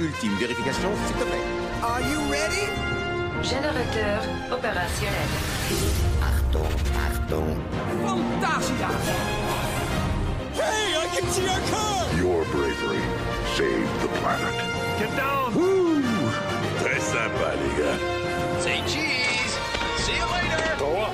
ultime vérification, s'il te plaît. Are you ready? Générateur opérationnel. Pardon, pardon. Hey, I can see our car! Your bravery saved the planet. Très sympa, les gars. Say cheese. See you later.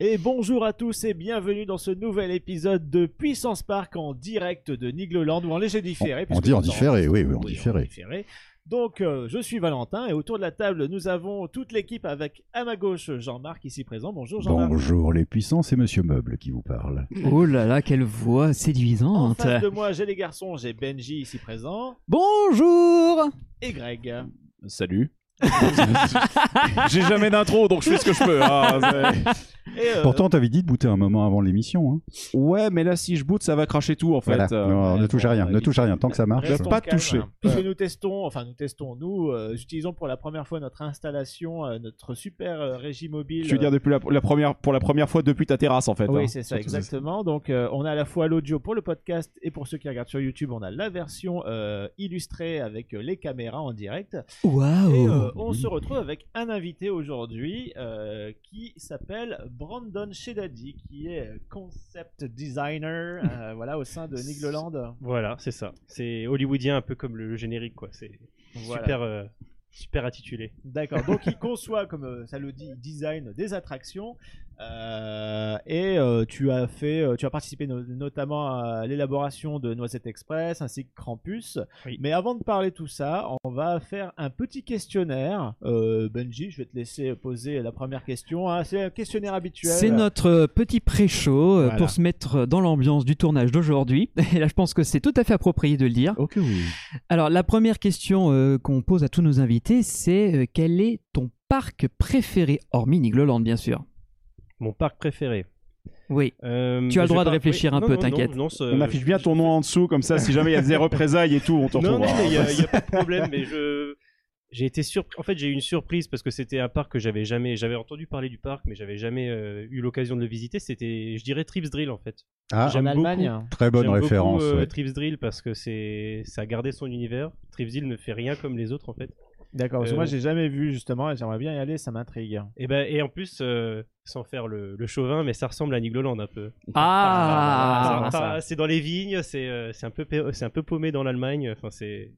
Et bonjour à tous et bienvenue dans ce nouvel épisode de Puissance Park en direct de Nigloland ou en léger différé. On- puisque on dit en nous différé, oui, oui, en Oui, différé. Donc euh, je suis Valentin et autour de la table nous avons toute l'équipe avec à ma gauche Jean-Marc ici présent. Bonjour Jean-Marc. Bonjour les puissants, c'est Monsieur Meuble qui vous parle. Oh là là, quelle voix En séduisante face de moi j'ai les garçons, j'ai Benji ici présent Bonjour et Greg. Salut. J'ai jamais d'intro, donc je fais ce que je peux. hein, Ah, c'est- Et, euh, Pourtant, t'avais dit de booter un moment avant l'émission. Hein. ouais, mais là, si je boot, ça va cracher tout, en fait. Voilà. Euh, Non, ne ouais, touche bon, à rien, ouais, ne touche à rien. Tant que ça marche, euh, Restons pas calmes, touché. hein, puisque nous testons, enfin nous testons, nous euh, utilisons pour la première fois notre installation, euh, notre super euh, régie mobile. Je veux dire, depuis la, la première, pour la première fois depuis ta terrasse, en fait. hein. Oui, c'est ça, Surtout exactement. Donc, euh, on a à la fois l'audio pour le podcast et pour ceux qui regardent sur YouTube, on a la version euh, illustrée avec euh, les caméras en direct. Et Oh, euh, bah Waouh on se retrouve avec un invité aujourd'hui euh, qui s'appelle Brandon Shedadi, qui est euh, concept designer euh, voilà, au sein de Nigloland. Voilà, c'est ça. C'est hollywoodien un peu comme le générique, quoi. C'est Voilà. super, euh, super intitulé. D'accord. Donc il conçoit, comme euh, ça le dit, il design des attractions. Euh, et euh, tu as fait, euh, tu as participé no- notamment à l'élaboration de Noisette Express ainsi que Krampus. Oui. Mais avant de parler tout ça, on va faire un petit questionnaire. Euh, Benji, je vais te laisser poser la première question. hein. C'est un questionnaire habituel. C'est notre petit pré-show euh, Voilà. pour se mettre dans l'ambiance du tournage d'aujourd'hui. Et là, je pense que c'est tout à fait approprié de le dire. Ok, oui. Alors, la première question euh, qu'on pose à tous nos invités, c'est euh, quel est ton parc préféré Hormis Nigloland, bien sûr. Mon parc préféré. Oui. Euh, Tu as le je droit vais de réfléchir un non, peu, non, non, t'inquiète. Non, ce- ça. On affiche bien ton nom en dessous, comme ça, si jamais il y a des représailles et tout, on te Non, non, retrouvera. mais il n'y a, y a pas de problème. Mais je, j'ai été surpris. En fait, j'ai eu une surprise parce que c'était un parc que j'avais jamais. J'avais entendu parler du parc, mais j'avais jamais euh, eu l'occasion de le visiter. C'était, je dirais, Trips Drill en fait. Ah, en J'aime Allemagne. très bonne J'aime référence. Beaucoup, euh, ouais. Trips Drill parce que c'est, ça a gardé son univers. Trips Drill ne fait rien comme les autres en fait. D'accord. Parce que Euh, moi, j'ai jamais vu justement et j'aimerais bien y aller. Ça m'intrigue. Et ben, et en plus, euh, sans faire le, le chauvin, mais ça ressemble à Nigloland un peu. Ah, Ça- ça- c'est dans les vignes, c'est euh, c'est un peu pa- c'est un peu paumé dans l'Allemagne. Enfin, c'est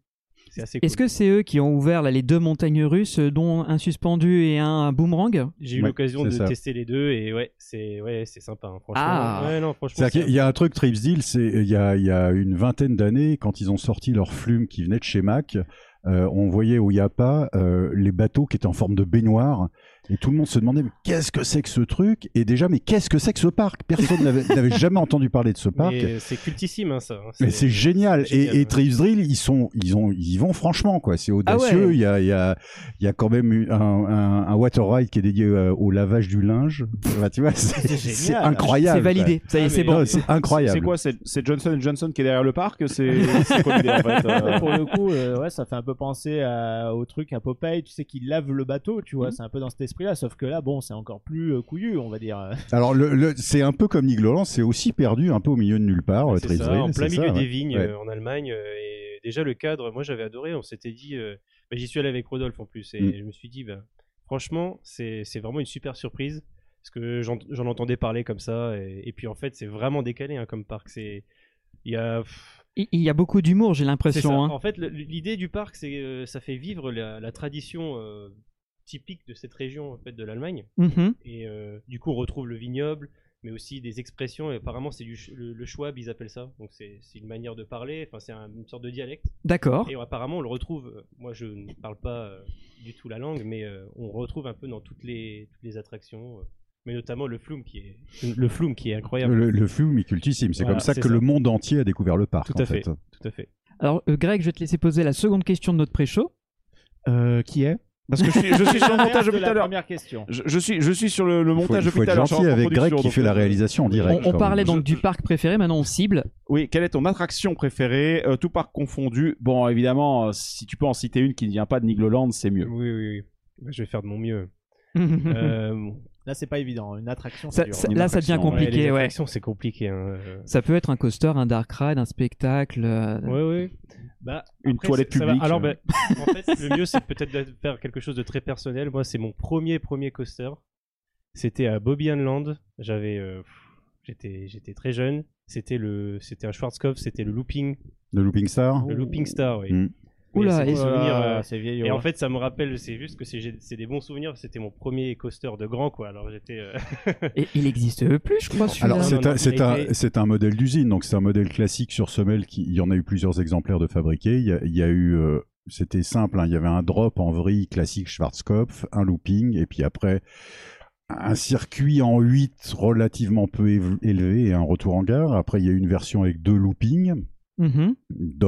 c'est assez cool. Est-ce que c'est eux qui ont ouvert là, les deux montagnes russes, euh, dont un suspendu et un boomerang j'ai eu Ouais, l'occasion c'est de ça. tester les deux et ouais, c'est ouais, c'est sympa hein, franchement. Ah. Ouais, non, franchement. C'est-à-dire qu'il c'est- y a un truc Trips Deal, c'est il y a, il y a une vingtaine d'années, quand ils ont sorti leur flume qui venait de chez Mac, euh, on voyait au Yapa euh, les bateaux qui étaient en forme de baignoire. Et tout le monde se demandait, mais qu'est-ce que c'est que ce truc Et déjà, mais qu'est-ce que c'est que ce parc Personne n'avait n'avait jamais entendu parler de ce parc. mais c'est cultissime hein, ça. hein, Mais c'est génial. c'est génial, et et ouais. Trips Drill, ils, sont, ils, ont, ils y vont franchement, quoi. C'est Ah audacieux. ouais. Il y, a, il y, a, il y a quand même eu un, un, un water ride qui est dédié euh, au lavage du linge. Bah, tu vois, c'est génial. c'est incroyable. C'est validé. Ça y est, Ah, c'est mais- bon. Non, C'est incroyable. C'est quoi C'est c'est Johnson Johnson qui est derrière le parc C'est c'est quoi l'idée, en fait euh pour le coup, euh, ouais, ça fait un peu penser à- au truc à Popeye, tu sais, qu'il lave le bateau, tu vois, c'est un peu dans cet esprit-là, sauf que là, bon, c'est encore plus euh, couillu, on va dire. Alors, le, le- c'est un peu comme Nigloland, c'est aussi perdu un peu au milieu de nulle part, C'est Trips ça, Drill, en plein Oh, c'est milieu ça, des ouais. vignes euh, en Allemagne. euh, et déjà le cadre, moi j'avais adoré. On s'était dit, euh, bah, j'y suis allé avec Rodolphe en plus, et Mm. je me suis dit, bah, franchement, c'est c'est vraiment une super surprise parce que j'en j'en entendais parler comme ça, et, et puis en fait c'est vraiment décalé hein, comme parc. C'est il y a pff, Il il y a beaucoup d'humour, j'ai c'est ça. l'impression. hein. En fait, le- l'idée du parc, c'est euh, ça fait vivre la, la tradition euh, typique de cette région en fait de l'Allemagne. Mhm. Et euh, du coup, on retrouve le vignoble, mais aussi des expressions. Et apparemment, c'est du ch- le, le Schwab, ils appellent ça. Donc, c'est c'est une manière de parler. Enfin, c'est un- une sorte de dialecte. D'accord. Et apparemment, on le retrouve. euh, Moi, je ne parle pas euh, du tout la langue, mais euh, on le retrouve un peu dans toutes les, toutes les attractions. euh, mais notamment le flume qui est le flume qui est incroyable. Le, le film est cultissime. C'est Voilà, comme ça c'est que ça. le monde entier a découvert le parc. Tout à en fait. Tout à fait. Alors, euh, Greg, je vais te laisser poser la seconde question de notre pré-show. Euh, Qui est Parce que je suis, je suis sur le montage de depuis tout la à l'heure. première question. Je, je suis, je suis sur le, le Il faut, montage il faut depuis tout à être l'heure. je suis gentil en avec Greg production, qui fait donc, la euh, réalisation en direct. On, on quand parlait même. donc Je- du parc préféré, maintenant on cible. Oui, quelle est ton attraction préférée euh, Tout parc confondu. Bon, évidemment, euh, si tu peux en citer une qui ne vient pas de Nigloland, c'est mieux. Oui, oui, oui. Bah, Je vais faire de mon mieux. Mhm. Euh, Là, c'est pas évident. Une attraction, Ça- c'est dur. ça- Une là, ça devient attraction, ouais. compliqué, les ouais. attractions, c'est compliqué. hein. Ça peut être un coaster, un dark ride, un spectacle. euh, Ouais, ouais. Bah, Une après, toilette ça- ça va- publique. Alors, bah, en fait, le mieux, c'est peut-être de faire quelque chose de très personnel. Moi, c'est mon premier, premier coaster. C'était à Bobby Land. J'avais. euh, pff, J'étais j'étais très jeune. C'était le c'était un Schwarzkopf, c'était le Looping, de Looping Star. le Looping Star, oui. Mm. Mais Oula, c'est et- des souvenirs, Ah, euh, c'est vieillot. Et en hein. fait, ça me rappelle, c'est juste que c'est j'ai- c'est des bons souvenirs. C'était mon premier coaster de grand, quoi. Alors j'étais. euh, Et il existe plus, je crois, celui-là. Alors, Non, c'est non, un, non, c'est il a un- été- c'est un modèle d'usine, donc c'est un modèle classique sur semelle. Qui, il y en a eu plusieurs exemplaires de fabriqués. Il y a, il y a eu, euh, c'était simple, hein, il y avait un drop en vrille classique Schwarzkopf, un looping, et puis après un circuit en 8 relativement peu éve- élevé et un retour en gare. Après, il y a eu une version avec deux loopings, Mhm.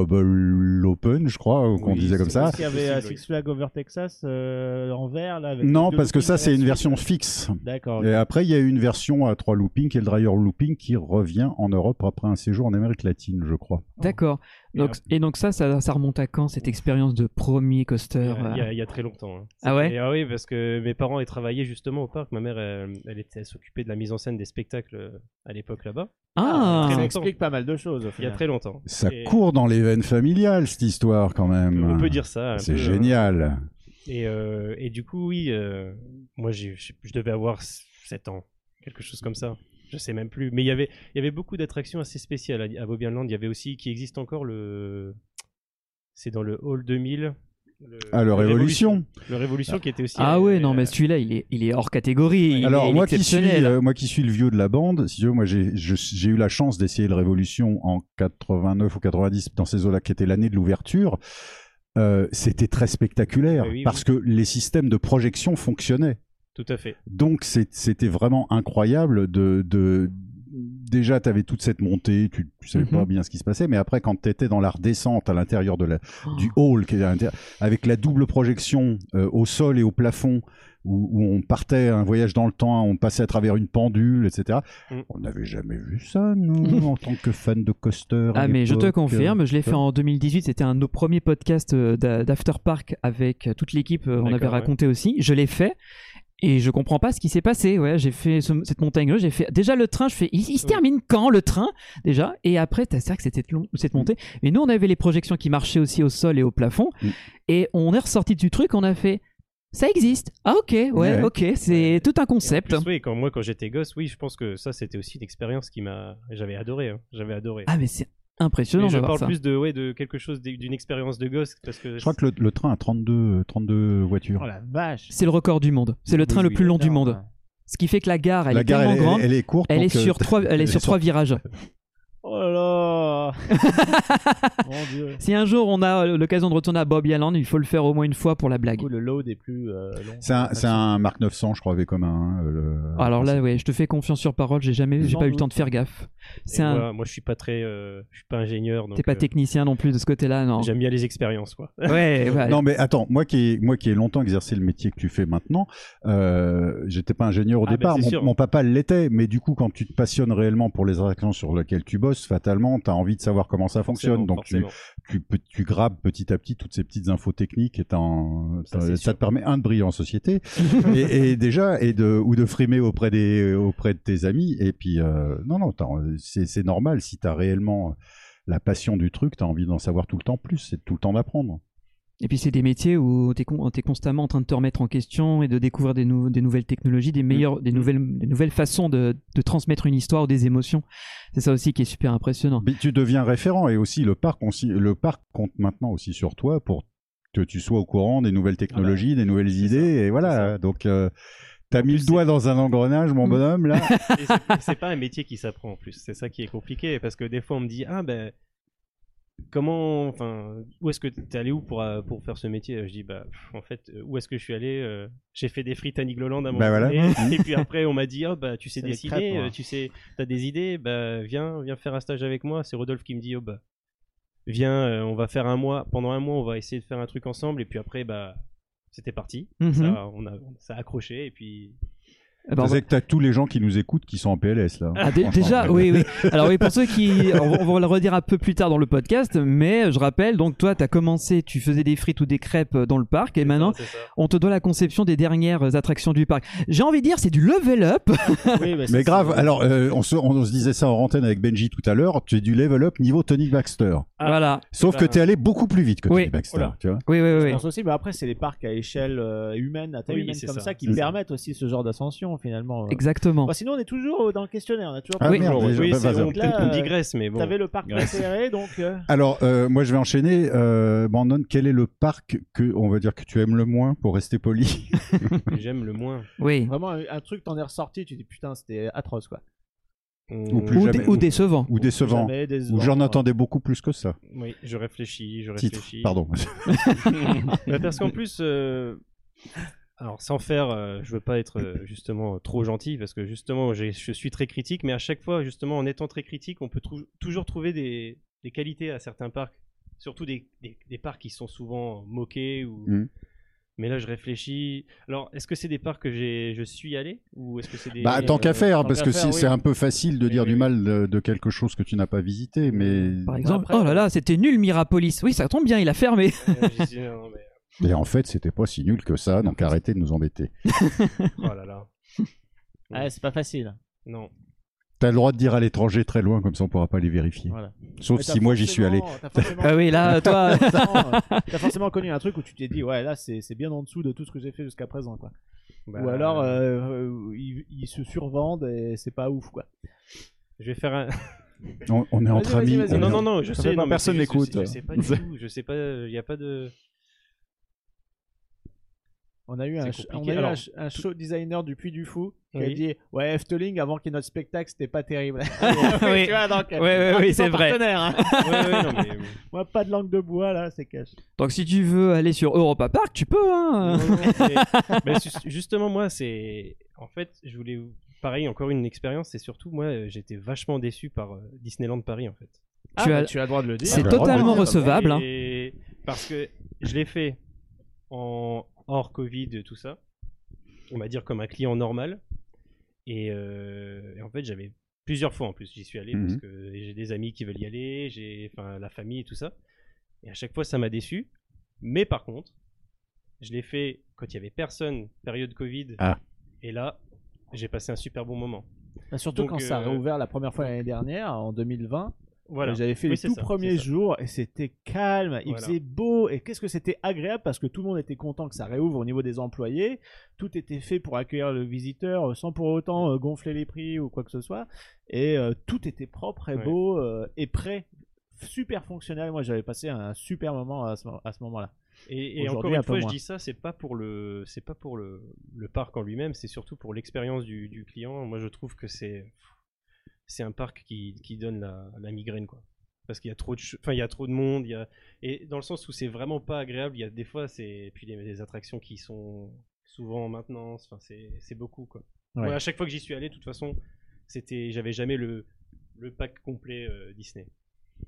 double open, je crois, qu'on Oui, disait comme c'est ça. possible. Est-ce qu'il y avait euh, possible, oui. Six Flags Over Texas euh, en vert là avec Non, deux parce que ça, loopings c'est une à la version suite. fixe. Euh, D'accord. ok. Et après, il y a eu une version à trois loopings, qui est le dryer looping, qui revient en Europe après un séjour en Amérique latine, je crois. D'accord. Oh, Donc, et donc ça, ça, ça remonte à quand cette expérience de premier coaster Il y a- euh, il y, a- il y a très longtemps. hein. Ah ouais Et ah oui, parce que mes parents ils travaillaient justement au parc. Ma mère, elle, elle était elle s'occupait de la mise en scène des spectacles euh, à l'époque là-bas. Ah, très ça longtemps. explique pas mal de choses. au Il y a final. très longtemps. Ça Et court dans les veines familiales, cette histoire, quand même. On peut dire ça. un C'est peu, hein. génial. Et, euh, et du coup, oui, euh, moi j'ai- je je devais avoir 7 ans, quelque chose comme ça. Je sais même plus. Mais il y avait, il y avait beaucoup d'attractions assez spéciales à, à Bobby Island. Il y avait aussi, qui existe encore, le. C'est dans le Hall 2000. Le, Alors, le Ah, Révolution. Le Révolution qui était aussi. ah ouais, non, euh, mais celui-là, il est, il est hors catégorie. il est- Alors, il est moi qui, suis, exceptionnel. hein. euh, moi qui suis le vieux de la bande, si tu veux, moi j'ai je- j'ai eu la chance d'essayer le Révolution en 89 ou 90 dans ces eaux-là, qui était l'année de l'ouverture. Euh, C'était très spectaculaire Ah oui, oui. parce que les systèmes de projection fonctionnaient. Tout à fait. Donc c'est- c'était vraiment incroyable de... de... Déjà, tu avais toute cette montée, tu, tu savais Mhm. pas bien ce qui se passait, mais après, quand tu étais dans la redescente à l'intérieur de la, Oh. du hall, qui est à l'intérieur- avec la double projection euh, au sol et au plafond, où, où on partait un voyage dans le temps, on passait à travers une pendule, etc. Mm. On n'avait jamais vu ça, nous, en tant que fans de coaster. à Ah mais je te euh, l'époque. euh, confirme, je l'ai fait en 2018, c'était un de nos premiers podcasts euh, d'a- d'After Park avec euh, toute l'équipe, euh, on avait D'accord, ouais. raconté aussi, je l'ai fait et je comprends pas ce qui s'est passé. Ouais, j'ai fait ce- cette montagne j'ai fait déjà le train, je fais il, il se Oui. termine quand le train déjà et après t'as- c'est vrai que c'était long cette montée. Mm. Mais nous on avait les projections qui marchaient aussi au sol et au plafond Mm. et on est ressorti du truc, on a fait ça existe. Ah OK, ouais, Ouais. OK, c'est tout un Et en concept. plus, oui, quand moi, quand j'étais gosse, oui, je pense que ça, c'était aussi une expérience qui m'a. J'avais adoré. hein. J'avais adoré. Ah mais c'est Mais impressionnant je de voir parle ça. plus de, ouais, de quelque chose d'- d'une expérience de gosse parce que. Je crois que le, le train a 32, 32 voitures. Oh la vache. C'est le record du monde. C'est le train le plus long du monde. Ce qui fait que la gare, Ah, elle la est gare, tellement elle, est- grande. elle est courte. Elle est donc, euh, sur trois, elle est sur trois virages. Oh là là. Mon dieu. Si un jour on a euh, l'occasion de retourner à Bobby Island, il faut le faire au moins une fois pour la Du blague. coup, le load est plus euh, long. C'est un, c'est un Mark 900, je crois, avait comme un. hein, le- Ah, Alors là, ouais, je te fais confiance sur parole, j'ai jamais, j'ai Sans pas eu le doute. temps de faire gaffe. Et C'est un, Moi, moi, je suis pas très. euh, je suis pas ingénieur. donc, t'es pas euh, technicien non plus de ce côté-là, non. J'aime bien les expériences, quoi. Ouais, ouais. Non mais attends, moi qui ai, moi qui ai longtemps exercé le métier que tu fais maintenant, euh, j'étais pas ingénieur au Ah, départ, bah, c'est mon, sûr. mon papa l'était, mais du coup quand tu te passionnes réellement pour les attractions sur lesquelles tu bosses, fatalement tu as envie de savoir comment ça fonctionne, Forcément, donc tu, forcément. tu, peux- tu grappes petit à petit toutes ces petites infos techniques et t'en- Ça, ça, ça c'est sûr. te permet un de briller en société et, et déjà et de ou de frimer auprès des auprès de tes amis et puis euh, non non t'en- c'est c'est normal si tu as réellement la passion du truc, tu as envie d'en savoir tout le temps plus, c'est tout le temps d'apprendre. Et puis c'est des métiers où t'es, con- t'es constamment en train de te remettre en question et de découvrir des, nou- des nouvelles technologies, Mm. des meilleures, des nouvelles, des nouvelles façons de, de transmettre une histoire ou des émotions. C'est ça aussi qui est super impressionnant. Mais tu deviens référent et aussi le parc, aussi, le parc compte maintenant aussi sur toi pour que tu sois au courant des nouvelles technologies, des nouvelles idées et voilà. Donc euh, t'as mis le doigt dans un engrenage, Mmh. mon Mm. bonhomme là. Et c'est- c'est pas un métier qui s'apprend en plus. C'est ça qui est compliqué parce que des fois on me dit ah ben comment enfin où est-ce que t'es allé où pour euh, pour faire ce métier Je dis bah pff, en fait euh, où est-ce que je suis allé euh, J'ai fait des frites à Nigloland à un Bah moment voilà. donné. et puis après on m'a dit oh bah tu sais C'est des dessiner, crêpes, moi. euh, tu sais t'as des idées, bah viens viens faire un stage avec moi. C'est Rodolphe qui me dit oh bah viens euh, on va faire un mois pendant un mois on va essayer de faire un truc ensemble et puis après bah c'était parti. Mhm. Ça, on a, ça a accroché et puis Ah, pardon. C'est que t'as tous les gens qui nous écoutent qui sont en PLS là. Ah, dé- déjà, oui, oui. Alors oui, pour ceux qui, on va, on va le redire un peu plus tard dans le podcast, mais je rappelle, donc toi, t'as commencé, tu faisais des frites ou des crêpes euh, dans le parc, et maintenant, C'est ça. on te doit la conception des dernières euh, attractions du parc. J'ai envie de dire, c'est du level up. Oui, bah, Mais c'est- grave, c'est- alors euh, on, se, on se disait ça en antenne avec Benji tout à l'heure, tu es du level up niveau Tony Baxter. Ah. Voilà. Sauf Eh que ben, t'es allé beaucoup plus vite que Oui. Tony Baxter, Oula. tu vois. Oui, ah oui, Je oui. pense aussi, mais après, c'est les parcs à échelle euh, humaine, à taille Oui, humaine c'est comme ça, ça. qui Mm. permettent aussi ce genre d'ascension finalement. Exactement. Bah, sinon, on est toujours dans le questionnaire, on a toujours Ah, pas- Oui. merde, déjà, oui, bah, c'est- vas-y. on, Donc là, on euh, digresse, mais bon. T'avais le parc Grâce. préféré, donc. euh, Alors, euh, moi, je vais enchaîner. Euh, Brandon, quel est le parc que, on va dire, que tu aimes le moins pour rester poli J'aime le moins. Oui. Vraiment, un, un truc, t'en es ressorti, tu dis putain, c'était atroce quoi. On- plus Ou, jamais. dé- ou décevant. ou décevant Jamais décevant. Ou j'en entendais beaucoup plus que ça. Oui, je réfléchis, je Titre, réfléchis. pardon. Bah, parce qu'en plus, euh, alors sans faire, euh, je veux pas être euh, justement trop gentil parce que justement j'ai- je suis très critique, mais à chaque fois justement en étant très critique, on peut trou- toujours trouver des, des qualités à certains parcs, surtout des, des- des parcs qui sont souvent moqués ou. Mm. Mais là, je réfléchis. Alors, est-ce que c'est des parcs que j'ai, je suis allé ou est-ce que c'est des Bah, tant qu'à faire, euh, tant parce qu'à que faire, si- oui. c'est un peu facile de Oui, dire oui, du oui. mal de, de quelque chose que tu n'as pas visité, mais. Par exemple, après, oh là là, c'était nul Mirapolis. Oui, ça tombe bien, il a fermé. Euh, j'ai dit, non, mais- Et en fait, c'était pas si nul que ça, donc arrêtez de nous embêter. Oh là là. Ah, c'est pas facile. Non. T'as le droit de dire à l'étranger très loin, comme ça on pourra pas les vérifier. Voilà. Sauf Mais t'as si moi j'y suis allé. forcément- t'as forcément- Ah oui, là, toi. T'as forcément- T'as forcément connu un truc où tu t'es dit, ouais, là, c'est c'est bien en dessous de tout ce que j'ai fait jusqu'à présent, quoi. Ou Bah, alors, euh, euh, ils, ils se survendent et c'est pas ouf, quoi. je vais faire un, On, on est entre vas-y, amis. vas-y. on Non, est- non, non, je Ça sais. fait pas non, mais personne c'est juste- n'écoute. Je sais pas du tout. Je sais pas. Il n'y a pas de. On a eu C'est un, ch- on a compliqué. eu Alors, un ch- un show designer du Puy du Fou qui a Oui. dit, ouais, Efteling, avant qu'il y ait notre spectacle, c'était pas terrible. Oui. tu vois, donc. Ouais, ouais, ah, oui, ils sont c'est vrai. partenaires, hein. Ouais, ouais, non, mais- Moi, pas de langue de bois, là, c'est cash. Donc si tu veux aller sur Europa Park, tu peux. Hein. Non, non, mais- mais su- justement, moi, c'est. En fait, je voulais. Pareil, encore une expérience. C'est surtout, moi, euh, j'étais vachement déçu par euh, Disneyland Paris, en fait. Ah, Tu as- bah, le droit de le dire. C'est bah, totalement ouais, recevable. hein. Et- Parce que je l'ai fait en hors Covid, tout ça. On va dire comme un client normal. Et, euh, et en fait, j'avais plusieurs fois en plus, j'y suis allé parce Mhm. que j'ai des amis qui veulent y aller, j'ai enfin, la famille et tout ça. Et à chaque fois, ça m'a déçu. Mais par contre, je l'ai fait quand il y avait personne, période Covid. Ah. Et là, j'ai passé un super bon moment. Bah, surtout Donc, quand ça a euh, réouvert la première fois l'année dernière, en 2020. Voilà. J'avais fait Oui, les c'est tout ça, premiers c'est ça. jours et c'était calme, il Voilà. faisait beau et qu'est-ce que c'était agréable parce que tout le monde était content que ça réouvre au niveau des employés, tout était fait pour accueillir le visiteur euh, sans pour autant euh, gonfler les prix ou quoi que ce soit et euh, tout était propre et Ouais. beau euh, et prêt, super fonctionnel. Moi j'avais passé un super moment à ce, mo- à ce moment-là. Et, et Aujourd'hui, encore un une peu fois, je moins. dis ça, c'est pas pour le, c'est pas pour le, le parc en lui-même, c'est surtout pour l'expérience du, du client. Moi, je trouve que c'est, c'est un parc qui, qui donne la, la migraine, quoi. Parce qu'il y a trop de, ch- enfin, il y a trop de monde, il y a, et dans le sens où c'est vraiment pas agréable. Il y a des fois, c'est, et puis les, les attractions qui sont souvent en maintenance. Enfin, c'est, c'est beaucoup, quoi. Ouais. Moi, à chaque fois que j'y suis allé, de toute façon, c'était, j'avais jamais le, le pack complet euh, Disney.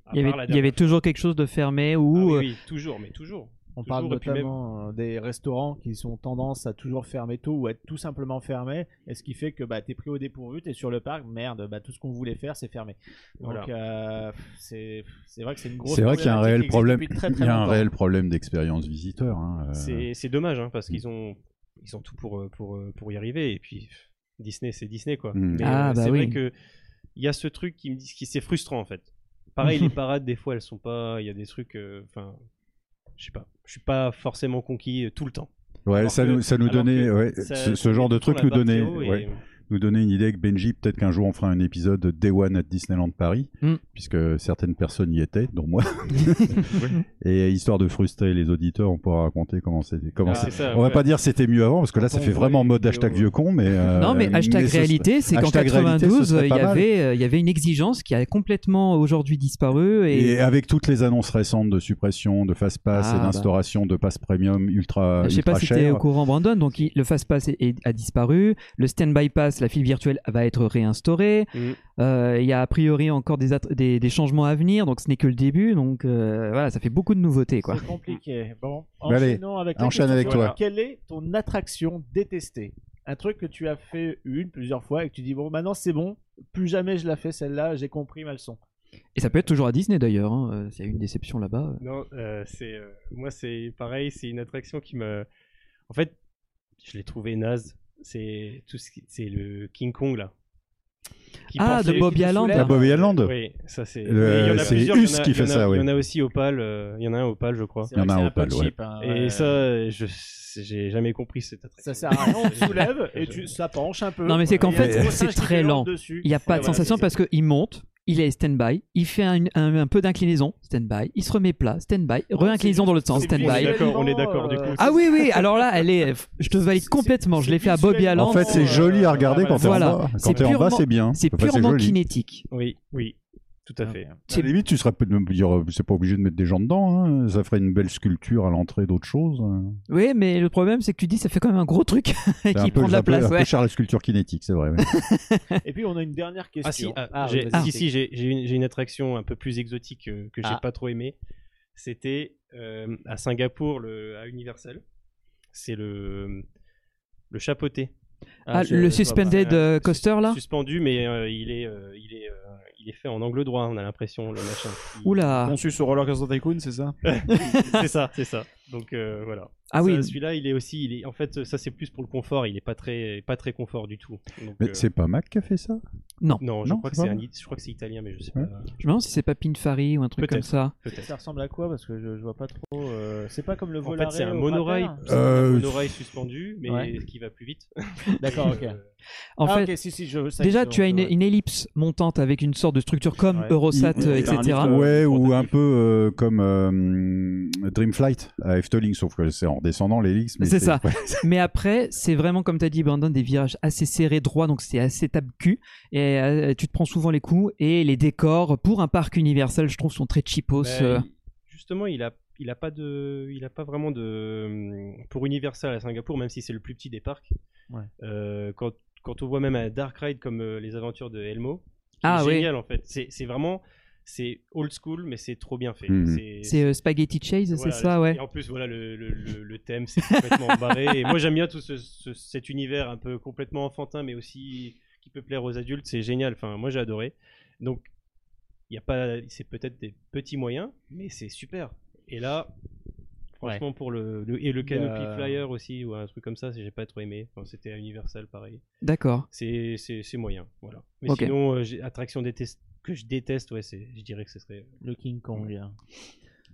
À Il y part avait, la il y avait dernière- toujours quelque chose de fermé Ah ou oui, euh, oui, toujours, mais toujours. On Toujours, parle et puis notamment euh, des restaurants qui sont tendance à toujours fermer tôt ou à être tout simplement fermés et ce qui fait que bah, t'es pris au dépourvu, t'es sur le parc, merde, bah, tout ce qu'on voulait faire c'est fermé. Donc euh, c'est c'est vrai que c'est une grosse C'est vrai qu'il y a un réel problème. problématique qui existe depuis très, Il très y a un longtemps. réel problème d'expérience visiteur. hein, euh. hmm. C'est c'est dommage hein, parce qu'ils ont ils ont tout pour euh, pour euh, pour y arriver et puis pff, Disney c'est Disney quoi. Mm. Mais, Ah, euh, bah c'est oui. vrai que il y a ce truc qui me dit qui c'est frustrant en fait. Pareil les parades des fois elles sont pas il y a des trucs euh, enfin je sais pas je suis pas forcément conquis euh, tout le temps. Ouais, alors ça que- nous, ça nous alors donnait, que ouais, ça- ce, ce ça genre met de tout le truc temps nous la barre donnait, très haut et- euh, ouais, nous donnait une idée avec Benji. Peut-être qu'un jour on fera un épisode de Day One à Disneyland Paris, Mm. puisque certaines personnes y étaient, dont moi. Et histoire de frustrer les auditeurs, on pourra raconter comment c'était. Comment Ah, c'est- c'est ça, on va ouais. pas dire c'était mieux avant, parce que là ça Quand on fait voit vraiment les mode vidéos, hashtag ouais. vieux con, mais. euh, Non, mais hashtag ce serait- réalité, c'est qu'en hashtag réalité, ce 92, serait il y pas mal. avait, euh, il y avait une exigence qui a complètement aujourd'hui disparu. Et, Et euh, avec toutes les annonces récentes de suppression, de fast pass Ah, et bah. d'instauration de pass premium ultra, je sais ultra pas si t'es cher, au courant, Brandon. Donc, il- le fast pass est- est- a disparu. Le stand-by pass, la file virtuelle, va être réinstaurée. Mm. Euh, Il y a a priori encore des, att- des, des changements à venir. Donc, ce n'est que le début. Donc, euh, voilà, ça fait beaucoup de nouveautés, quoi. C'est compliqué. Bon, Bah, allez, enchaînons avec la enchaîne question avec suivante. toi. Quelle est ton attraction détestée un truc que tu as fait une, plusieurs fois, et que tu dis, bon, maintenant c'est bon, plus jamais je la fais celle-là, j'ai compris ma leçon. Et ça peut être toujours à Disney d'ailleurs, hein, euh, s'il y a une déception là-bas. Non, euh, c'est euh, moi c'est pareil, c'est une attraction qui me. En fait, je l'ai trouvé naze. C'est tout ce qui- c'est le King Kong là. Qui Ah, porte de les- Bobby qui nous Allen. soulève. Ah, Bobby Allen. Oui, ça c'est. Le- Mais il y en a c'est plusieurs, il y en Us a- qui il y en fait a- ça, oui. Il y en a aussi Opal. euh, il y en a un Opal, je crois. C'est Il y en vrai a que un c'est peu Opal, ouais. cheap, hein, Et ouais. ça, je j'ai jamais compris cette Ça attraction. sert à rien, on te soulève et tu, ça penche un peu. Non, mais c'est qu'en Il y a fait, un gros c'est singe qui très fait lent. honte dessus. Il n'y a pas Ouais, de voilà, sensation c'est- parce qu'il monte, il est stand-by, il fait un, un- un peu d'inclinaison, stand-by, il se remet plat, stand-by, re-inclinaison dans l'autre sens, c'est visuel. On est stand-by. d'accord, on est d'accord du coup. Ah oui, oui, alors là, elle est. Je te valide C'est- complètement, je c'est l'ai fait à Bobby visuel. Allen. En fait, c'est euh, joli à regarder quand t'es en voilà. bas. C'est Quand t'es en bas, purement- c'est bien. C'est Enfin, purement joli. kinétique. Oui, oui, tout Ah. à fait. À la limite, tu serais peut- il y aura- c'est pas obligé de mettre des gens dedans. hein. Ça ferait une belle sculpture à l'entrée d'autres choses. Oui, mais le problème, c'est que tu dis, ça fait quand même un gros truc C'est un qui peu- prend de c'est un la peu- place. Un peu ouais. cher la sculpture kinétique, c'est vrai. ouais. Et puis on a une dernière question. Ah si, ah, oui, j'ai, vas-y. si, si, j'ai, j'ai une, j'ai une attraction un peu plus exotique euh, que j'ai Ah. pas trop aimée. C'était euh, à Singapour, le, à Universal. C'est le, le chapeauté. Ah, le suspended euh, coaster là Suspendu, mais euh, il, est, euh, il, est, euh, il est fait en angle droit, on a l'impression, le machin. Il- Oula Conçu sur Roller Coaster Tycoon, c'est ça c'est ça, c'est ça. Donc euh, voilà. Ah Ça, oui. Celui-là, il est aussi. Il est, en fait, ça, c'est plus pour le confort. Il est pas très, pas très confort du tout. Donc, Mais euh, c'est pas Mac qui a fait ça non, je, non, crois que c'est c'est pas un mal. i- je crois que c'est italien, mais je sais Ouais. pas. Je me demande si c'est pas Pinfari ou un truc Peut-être. comme ça. Peut-être. Ça ressemble à quoi Parce que je, je vois pas trop. euh, C'est pas comme le En Volare fait, c'est un au monorail, Printemps, c'est un Euh, monorail suspendu, mais ouais. qui va plus vite. là D'accord, ok. Euh, En Ah, fait, ok, si, si, je- ça y est, déjà, je- tu as une, je vois. une ellipse montante avec une sorte de structure comme Ouais. Eurosat, Il- euh, il- etc. il y a un mythe, Ouais, ou un tentative. peu euh, comme euh, Dreamflight à Efteling, sauf que c'est en descendant l'hélix. mais C'est ça. ouais. Mais après, c'est vraiment, comme tu as dit, Brandon, des virages assez serrés, droits, donc c'est assez tape-cul. Et euh, tu te prends souvent les coups. Et les décors, pour un parc universel, je trouve, sont très cheapos. bah, euh. il- justement, il a, il a pas de, il a pas vraiment de hum, pour Universal à Singapour, même si c'est le plus petit des parcs. Ouais. euh, quand, quand on voit même un dark ride comme euh, les aventures de Elmo, qui Ah est oui. génial en fait. C'est c'est vraiment, c'est old school, mais c'est trop bien fait. Mhm. C'est euh, Spaghetti Chase, Voilà, c'est ça, ouais. Et en plus, voilà, le, le- le- le thème, c'est complètement barré. Et moi, j'aime bien tout ce- ce- cet univers un peu complètement enfantin, mais aussi qui peut plaire aux adultes. C'est génial. Enfin, moi, j'ai adoré. Donc, il y a pas, c'est peut-être des petits moyens, mais c'est super. Et là, franchement, pour le, le- et le Il y a- canopy flyer aussi ou un truc comme ça, j'ai pas trop aimé. Enfin, C'était à Universal, pareil. D'accord. C'est, c'est, c'est moyen, voilà. Mais Ok. sinon, euh, j'ai- attraction détest- que je déteste, ouais, c'est, je dirais que ce serait. Le King Kong. hein.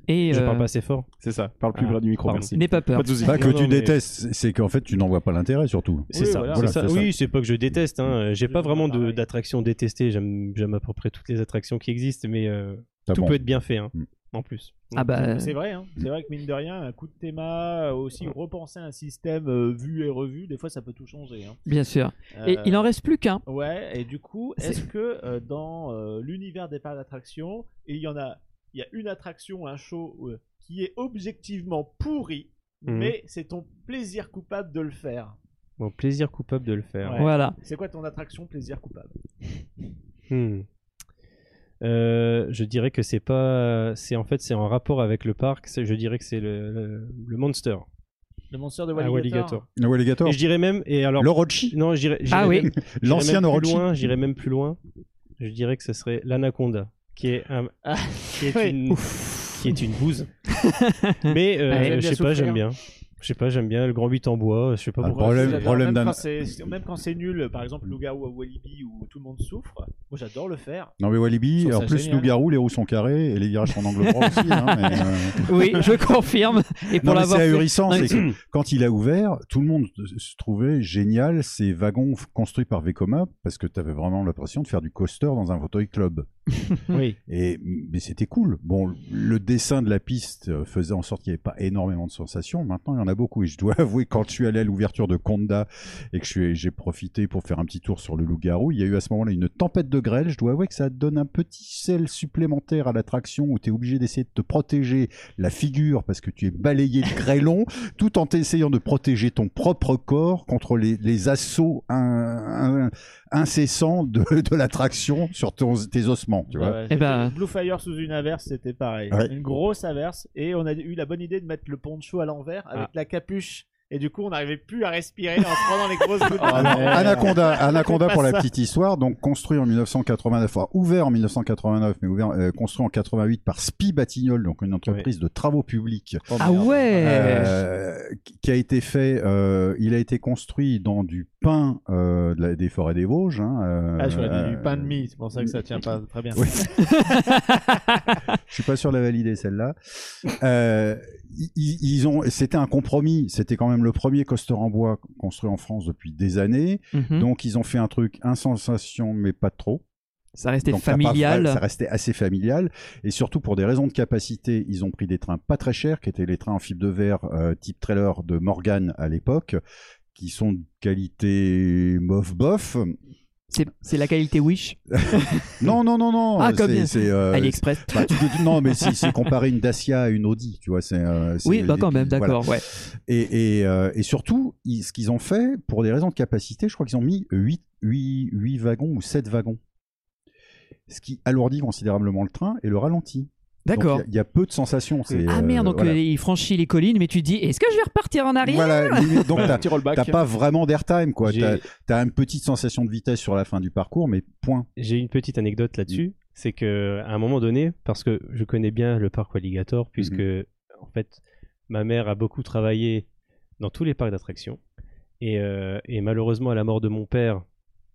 Et Je euh, parle pas assez fort. C'est ça. Parle plus Ah, près du micro, pardon. merci. n'aie pas peur. Pas de soucis. Pas que Non, tu non, mais- détestes, c'est qu'en fait tu n'en vois pas l'intérêt surtout. C'est Oui, ça. voilà. c'est Voilà, ça. c'est ça. Oui, c'est pas que je déteste. Hein. euh, J'ai Je pas fais vraiment de- pareil. d'attractions détestées. J'aime j'aime à peu près toutes les attractions qui existent, mais euh, Ah tout bon. peut être bien fait. hein, Mm. En plus. Ah bah, C'est vrai, hein. c'est vrai que mine de rien, un coup de théma, euh, aussi repenser un système euh, vu et revu, des fois ça peut tout changer. hein. bien sûr. Et Euh, il en reste plus qu'un. Ouais, et du coup, C'est- est-ce que euh, dans euh, l'univers des parcs d'attractions, il y en a, il y a une attraction, un show euh, qui est objectivement pourri, Mmh. Mhm. mais c'est ton plaisir coupable de le faire. Mon plaisir coupable de le faire. Ouais. Voilà. C'est quoi ton attraction plaisir coupable Hmm. Euh, je dirais que c'est pas. C'est en fait c'est en rapport avec le parc. c'est- Je dirais que c'est le, le, le monster. Le monster de à Walligator. Walligator. Le Ah, Walligator, Et je dirais même. Et alors. l'Orochi, Non, j'irais. Ah j'irais oui. même- j'irais l'ancien même plus Orochi. loin, J'irais même plus loin. Je dirais que ce serait l'anaconda, qui est un- Ah, qui est une qui est une bouse. Mais euh, Ah, j'aime bien je sais pas, souffrir. j'aime bien. Je sais pas, j'aime bien le grand 8 en bois. Je sais pas Ah, le pourquoi. problème- J'adore, problème même d'un- quand c'est- Même quand c'est nul, par exemple Loup-Garou à Walibi où tout le monde souffre, moi j'adore le faire. Non mais Je Walibi, trouve en ça plus hein. génial. loup-garou, les roues sont carrées et les virages sont en angle droit aussi. hein, mais, euh, Oui, je confirme. Et pour Non, mais c'est l'avoir fait- ahurissant. Non, mais c'est que quand il a ouvert, tout le monde se trouvait génial ces wagons f- construits par Vekoma parce que tu avais vraiment l'impression de faire du coaster dans un fauteuil club. Oui. Et mais c'était cool. Bon, le dessin de la piste euh, faisait en sorte qu'il n'y avait pas énormément de sensations. Maintenant, il y en a beaucoup. Et je dois avouer, quand je suis allé à l'ouverture de Conda et que je suis- j'ai profité pour faire un petit tour sur le loup-garou, il y a eu à ce moment-là une tempête de grêle. Je dois avouer que ça donne un petit sel supplémentaire à l'attraction où tu es obligé d'essayer de te protéger la figure parce que tu es balayé de grêlons tout en essayant de protéger ton propre corps contre les, les assauts in- in- incessants de, de l'attraction sur ton- tes ossements. Tu vois. Ouais, Eh ben- Blue Fire sous une averse, c'était pareil. Ouais. Ah. Une grosse averse. Et on a eu la bonne idée de mettre le poncho à l'envers avec la capuche. Et du coup, on n'arrivait plus à respirer en se prenant les grosses gouttes. Ah, non, Ouais. Anaconda, Anaconda pas pour la ça. petite histoire, donc construit en 1989, enfin, ouvert en 1989, mais ouvert, euh, construit en 88 par Spi Batignol, donc une entreprise de travaux publics Ah Eh ouais euh, qui a été fait. euh, il a été construit dans du pin euh, de la- des forêts des Vosges. hein, euh, Ah, j'aurais dit euh, du pain de mie, c'est pour ça que ça Ah, tient pas très bien. Oui. Je suis pas sûr de la valider celle-là. Euh, i- i- ils ont, c'était un compromis. C'était quand même le premier coaster en bois construit en France depuis des années. Mhm. Donc ils ont fait un truc insensation, mais pas trop. Ça restait Donc, t'as pas- familial. ça restait assez familial. Et surtout, pour des raisons de capacité, ils ont pris des trains pas très chers, qui étaient les trains en fibre de verre euh, type trailer de Morgan à l'époque, qui sont de qualité mof-bof. C'est c'est la qualité Wish. Non, non, non, non. Ah, euh, comme c'est- bien. c'est, euh, AliExpress. bah, tu te- non, mais si c'est comparé une Dacia à une Audi, tu vois, c'est. euh, c'est- Oui, bah quand même, voilà. d'accord, ouais. Et, et, euh, et surtout, ils- ce qu'ils ont fait, pour des raisons de capacité, je crois qu'ils ont mis 8, wagons ou 7 wagons. Ce qui alourdit considérablement le train et le ralentit. Donc, Il D'accord. y a- il y, a peu de sensations. c'est, Ah euh, merde, donc voilà. euh, il franchit les collines, mais tu te dis, est-ce que je vais repartir en arrière Voilà, limite, donc t'as- Petit rollback. t'as pas vraiment d'airtime, quoi. J'ai- T'as as une petite sensation de vitesse sur la fin du parcours, mais point. J'ai une petite anecdote là-dessus. Mmh. C'est que à un moment donné, parce que je connais bien le parc Alligator, puisque Mmh en fait, ma mère a beaucoup travaillé dans tous les parcs d'attractions. Et, euh, et malheureusement, à la mort de mon père,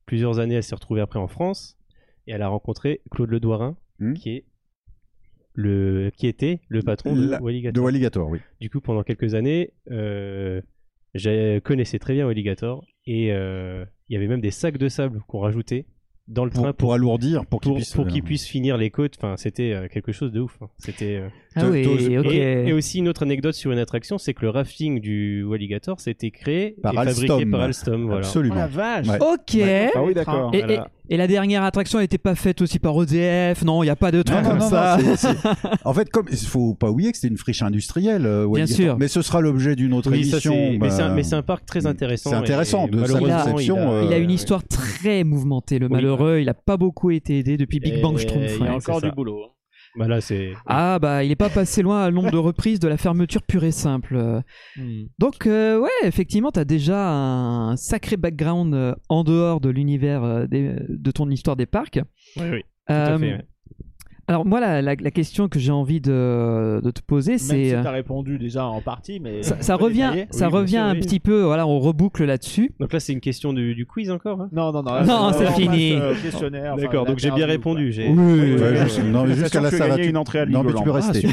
plusieurs années, elle s'est retrouvée après en France. Et elle a rencontré Claude Ledoirin, Mhm. qui est le qui était le patron La- de Walligator. De Alligator, oui. Du coup, pendant quelques années, euh, je connaissais très bien Alligator et euh, il y avait même des sacs de sable qu'on rajoutait dans le Pour, train pour pour, alourdir, pour qu'il pour, puisse. euh, pour qu'ils puissent finir les côtes. Enfin, c'était euh, quelque chose de ouf. hein. C'était. euh, Ah oui, et- ok. et, aussi une autre anecdote sur une attraction, c'est que le rafting du Alligator c'était créé Par et fabriqué Alstom. par Alstom. Voilà. Oh la Absolument. vache Ouais. Ok. Ah oui, d'accord. Et, Voilà. et- et la dernière attraction n'était pas faite aussi par EDF, non, il n'y a pas de Non, train non, comme non, ça. non, c'est- c'est- En fait, comme il faut pas oublier que c'était une friche industrielle, euh, Bien Alligator. sûr. Mais ce sera l'objet d'une autre Oui, ça, émission. c'est- mais bah, c'est un- mais c'est un, parc très c'est intéressant. intéressant et- et de sa malheureusement, conception, euh, il a une ouais. histoire très mouvementée, le Oui. malheureux, il n'a pas beaucoup été aidé depuis Big Et- Bang Schtroumpf. et- ouais. et encore c'est du ça. boulot. hein. Bah là, c'est. Ah bah il n'est pas passé loin à nombre de reprises de la fermeture pure et simple. Euh, Donc euh, ouais, effectivement, tu as déjà un sacré background euh, en dehors de l'univers euh, des- de ton histoire des parcs. Oui, oui, tout à Euh, fait, ouais. Alors moi, la, la- la question que j'ai envie de, de te poser, Même si c'est... euh, t'as répondu déjà en partie, mais. ça, on ça peut revient, détailler. ça Oui, bien revient sûr, un oui. petit peu, voilà, on reboucle là-dessus. Donc là, c'est une question du, du quiz encore. hein Non, non, non. là, Non, c'est on passe, fini. euh, questionnaire, enfin, D'accord, donc j'ai bien l'interview, répondu. j'ai- Oui, oui, oui, ouais, oui, juste- oui. non, mais Félicitations, jusqu'à là, tu as ça va. gagné tu- une entrée à non, mais tu Legoland. peux Ah, rester.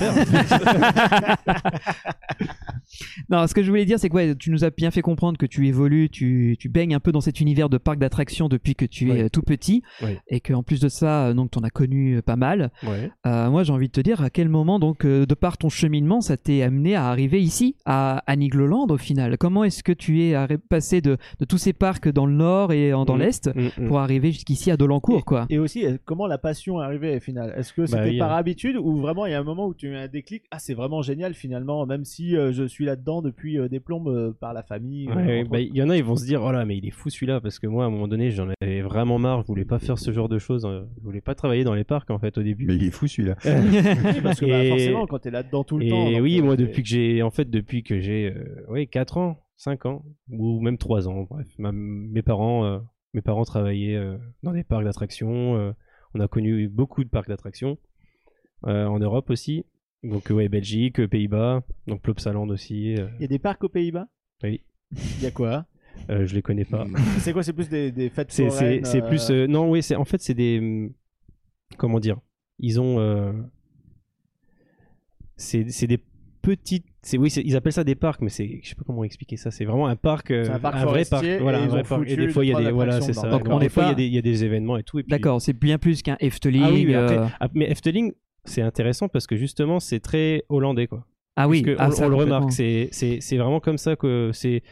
Non, ce que je voulais dire, c'est que ouais, tu nous as bien fait comprendre que tu évolues, tu, tu baignes un peu dans cet univers de parc d'attractions depuis que tu es Ouais. euh, tout petit, Ouais. et qu'en plus de ça, euh, donc t'en as connu euh, pas mal. Ouais. Euh, moi, j'ai envie de te dire à quel moment, donc, euh, de par ton cheminement, ça t'est amené à arriver ici, à Anigloland au final. Comment est-ce que tu es arri- passé de, de tous ces parcs dans le nord et en- dans Mm. l'est Mm, mm. pour arriver jusqu'ici à Dolancourt, quoi Et aussi, euh, comment la passion est arrivée au final Est-ce que Bah c'était oui, par hein. habitude ou vraiment il y a un moment où tu as eu un déclic Ah, c'est vraiment génial finalement, même si euh, je suis là-dedans depuis euh, des plombes euh, par la famille. Ouais, euh, ouais, entre bah, il y en a, ils vont se dire, oh là, mais il est fou celui-là, parce que moi, à un moment donné, j'en avais vraiment marre, je voulais pas faire ce genre de choses, euh, je voulais pas travailler dans les parcs, en fait, au début. Mais il est fou celui-là. autres. Parce que bah, Et- forcément, quand t'es là-dedans tout le et temps. donc, oui, euh, moi, c'est- depuis que j'ai, en fait, depuis que j'ai, euh, oui, 4 ans, 5 ans, ou même 3 ans, bref, ma- mes parents, euh, mes parents travaillaient euh, dans des parcs d'attractions, euh, on a connu beaucoup de parcs d'attractions, euh, en Europe aussi, donc, euh, ouais, Belgique, euh, Pays-Bas, donc Plopsaland aussi, euh, Il y a des parcs aux Pays-Bas Oui. Il y a quoi euh, je les connais pas. C'est quoi C'est plus des, des fêtes C'est c'est- foraines, c'est euh, plus. euh, non, oui, c'est en fait, c'est des. hum, Comment dire Ils ont. euh, c'est c'est des petites. c'est- Oui, c'est- ils appellent ça des parcs, mais c'est. Je sais pas comment expliquer ça. C'est vraiment un parc. euh, C'est un parc vrai forestier et Voilà, un ils vrai ont parc. Et foutu des fois, il y a trois des. Voilà, attractions c'est ça. dedans. Donc, on des est fois, il y a pas- des- il y, a des événements et tout. et puis- D'accord, c'est bien plus qu'un Efteling. Ah oui, mais après- euh, ah, mais Efteling, c'est intéressant parce que justement, c'est très hollandais, quoi. ah oui, Parce que ah, on- ça, on, le complètement. remarque, c'est- c'est c'est vraiment comme ça que c'est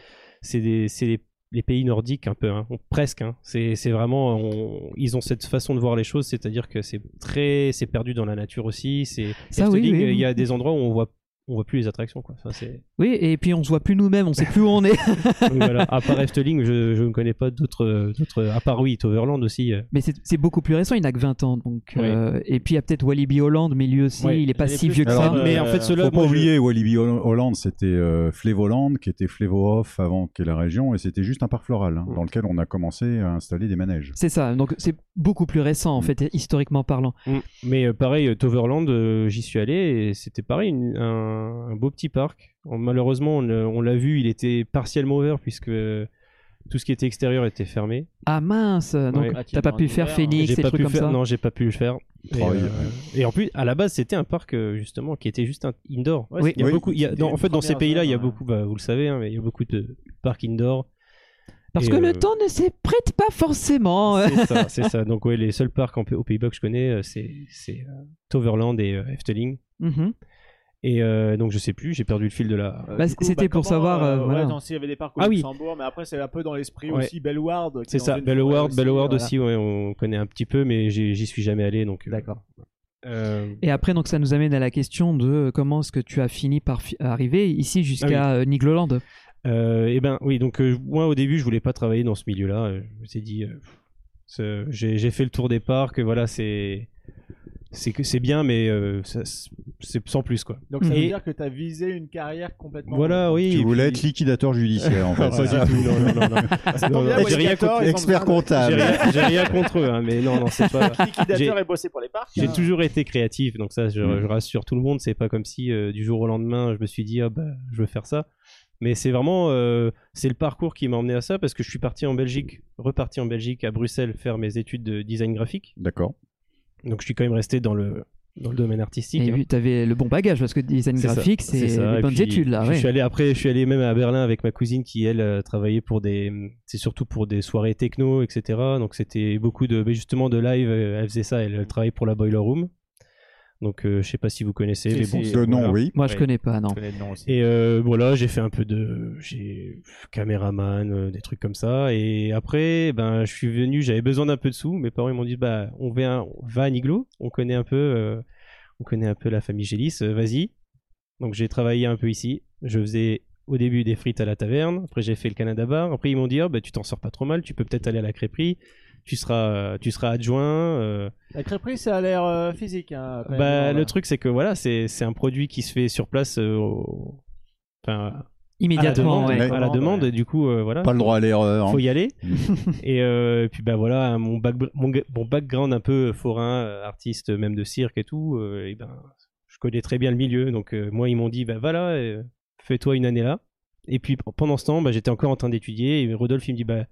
c'est des- c'est les, les pays nordiques un peu, hein, on- presque. hein. C'est c'est vraiment, on- ils ont cette façon de voir les choses, c'est-à-dire que c'est très, c'est perdu dans la nature aussi. C'est Ça, oui, Efteling, oui, il oui. y a des endroits où on voit on voit plus les attractions quoi. Enfin, c'est Oui, et puis on se voit plus nous-mêmes, on sait plus où on est. Oui, voilà. À part Efteling, je, je ne connais pas d'autres euh, d'autres. À part oui, Toverland aussi. euh. Mais c'est c'est beaucoup plus récent, il n'a que 20 ans. Donc, Oui. euh, et puis il y a peut-être Walibi Holland, mais lui aussi, Oui. il n'est pas Il est si plus vieux que ça. tard, mais euh, en fait, ceux-là, Faut pas moi, je- oublier, Walibi Hol- Hollande, c'était euh, Flevoland, qui était Flevo-Off avant qu'est la région, et c'était juste un parc floral, hein, Mm. dans lequel on a commencé à installer des manèges. C'est ça, donc c'est beaucoup plus récent Mm. en fait, historiquement parlant. Mais euh, pareil, euh, Toverland, euh, j'y suis allé et c'était pareil, une- un, un beau petit parc. On- malheureusement, on, euh, on l'a vu, il était partiellement ouvert puisque euh, tout ce qui était extérieur était fermé. Ah mince, donc Ouais. t'as pas pu faire Phoenix, Ah, J'ai ces pas trucs pu comme faire- ça. Non, j'ai pas pu le faire. Et, Oh, il- euh, et en plus, à la base, c'était un parc euh, justement qui était juste un indoor. Ouais, Oui. c'était- Il y a Oui, beaucoup. il y a- c'était dans- une en fait, dans ces première pays-là, il y a zone, beaucoup. bah, vous le savez, hein, mais il y a beaucoup de parcs indoor. Parce Et, que euh, le temps ne s'y prête pas forcément. euh. C'est ça, c'est ça. Donc ouais, les seuls parcs en- aux Pays-Bas que je connais, euh, c'est c'est, euh, Toverland et euh, Efteling. Mhm. Et euh, donc je sais plus, j'ai perdu le fil de la. Euh, Bah, du coup, c'était pour comment, savoir, euh, ouais, voilà. non, si, il y avait des parcs au Ah oui. Luxembourg, mais après, c'est un peu dans l'esprit Ouais. aussi Bellward. qui est C'est dans ça, une Bellward, forêt Bellward voilà. aussi, ouais, on connaît un petit peu, mais j'ai- j'y suis jamais allé, donc. euh, D'accord. euh, Et après, donc ça nous amène à la question de comment est-ce que tu as fini par fi- arriver Ah ici jusqu'à euh, Nigloland. euh, eh ben oui, donc euh, moi au début je voulais pas travailler dans ce milieu-là. euh, Je me suis dit, euh, pff, ce- j'ai j'ai fait le tour des parcs, euh, voilà, c'est c'est que c'est bien, mais euh, ça- c'est sans plus quoi. Donc, ça veut Et- dire que tu as visé une carrière complètement. Voilà, oui. et Tu puis- voulais être liquidateur judiciaire, en fait. Pas c'est ça. du tout, non, non, non, non. Non, Tant non, bien, j'ai rien Westgator, contre- ils ont besoin de- Expert j'ai comptable. rien- j'ai rien contre eux, hein, mais non, non, c'est pas. Liquidateur J'ai- et bosser pour les parcs. J'ai hein. toujours été créatif, donc ça, je, Mm. je rassure tout le monde. C'est pas comme si euh, du jour au lendemain, je me suis dit, ah bah, je veux faire ça. Mais c'est vraiment, euh, c'est le parcours qui m'a emmené à ça parce que je suis parti en Belgique, reparti en Belgique à Bruxelles faire mes études de design graphique. D'accord. Donc je suis quand même resté dans le dans le domaine artistique. Et hein. vu, t'avais le bon bagage parce que design C'est ça, graphique, c'est ça. les Et bonnes puis, études là. Je ouais. suis allé après, je suis allé même à Berlin avec ma cousine qui elle euh, travaillait pour des, c'est surtout pour des soirées techno, etc. Donc c'était beaucoup de, mais justement de live. euh, Elle faisait ça, elle, elle travaillait pour la Boiler Room. Donc euh, je sais pas si vous connaissez. Si, mais si. bon, Et Le nom, voilà. oui. Moi, je Ouais. connais pas, non. Je connais le nom aussi. Et euh, voilà, j'ai fait un peu de j'ai pff, caméraman, euh, des trucs comme ça. Et après, ben, je suis venu, j'avais besoin d'un peu de sous. Mes parents ils m'ont dit, bah, on va, on va à Niglo, on connaît un peu, euh, on connaît un peu la famille Gélis, euh, vas-y. Donc j'ai travaillé un peu ici. Je faisais au début des frites à la taverne. Après j'ai fait le Canada Bar. Après ils m'ont dit, ah, bah, tu t'en sors pas trop mal, tu peux peut-être aller à la crêperie. Tu seras, euh, tu seras adjoint. euh, La crêperie, ça a l'air euh, physique. hein, quand même, bah, hein, le là. truc c'est que voilà, c'est c'est un produit qui se fait sur place. euh, au- Enfin, Immédiatement, à la ouais. demande, ouais. à la demande, Ouais. et du coup euh, voilà Pas le droit à l'erreur. hein. faut y aller Mm. et euh, puis bah voilà mon, back- mon, ga- mon background un peu forain euh, artiste même de cirque et tout euh, et ben je connais très bien le milieu donc euh, moi ils m'ont dit bah voilà euh, fais-toi une année là et puis p- pendant ce temps bah, j'étais encore en train d'étudier et Rodolphe il me dit bah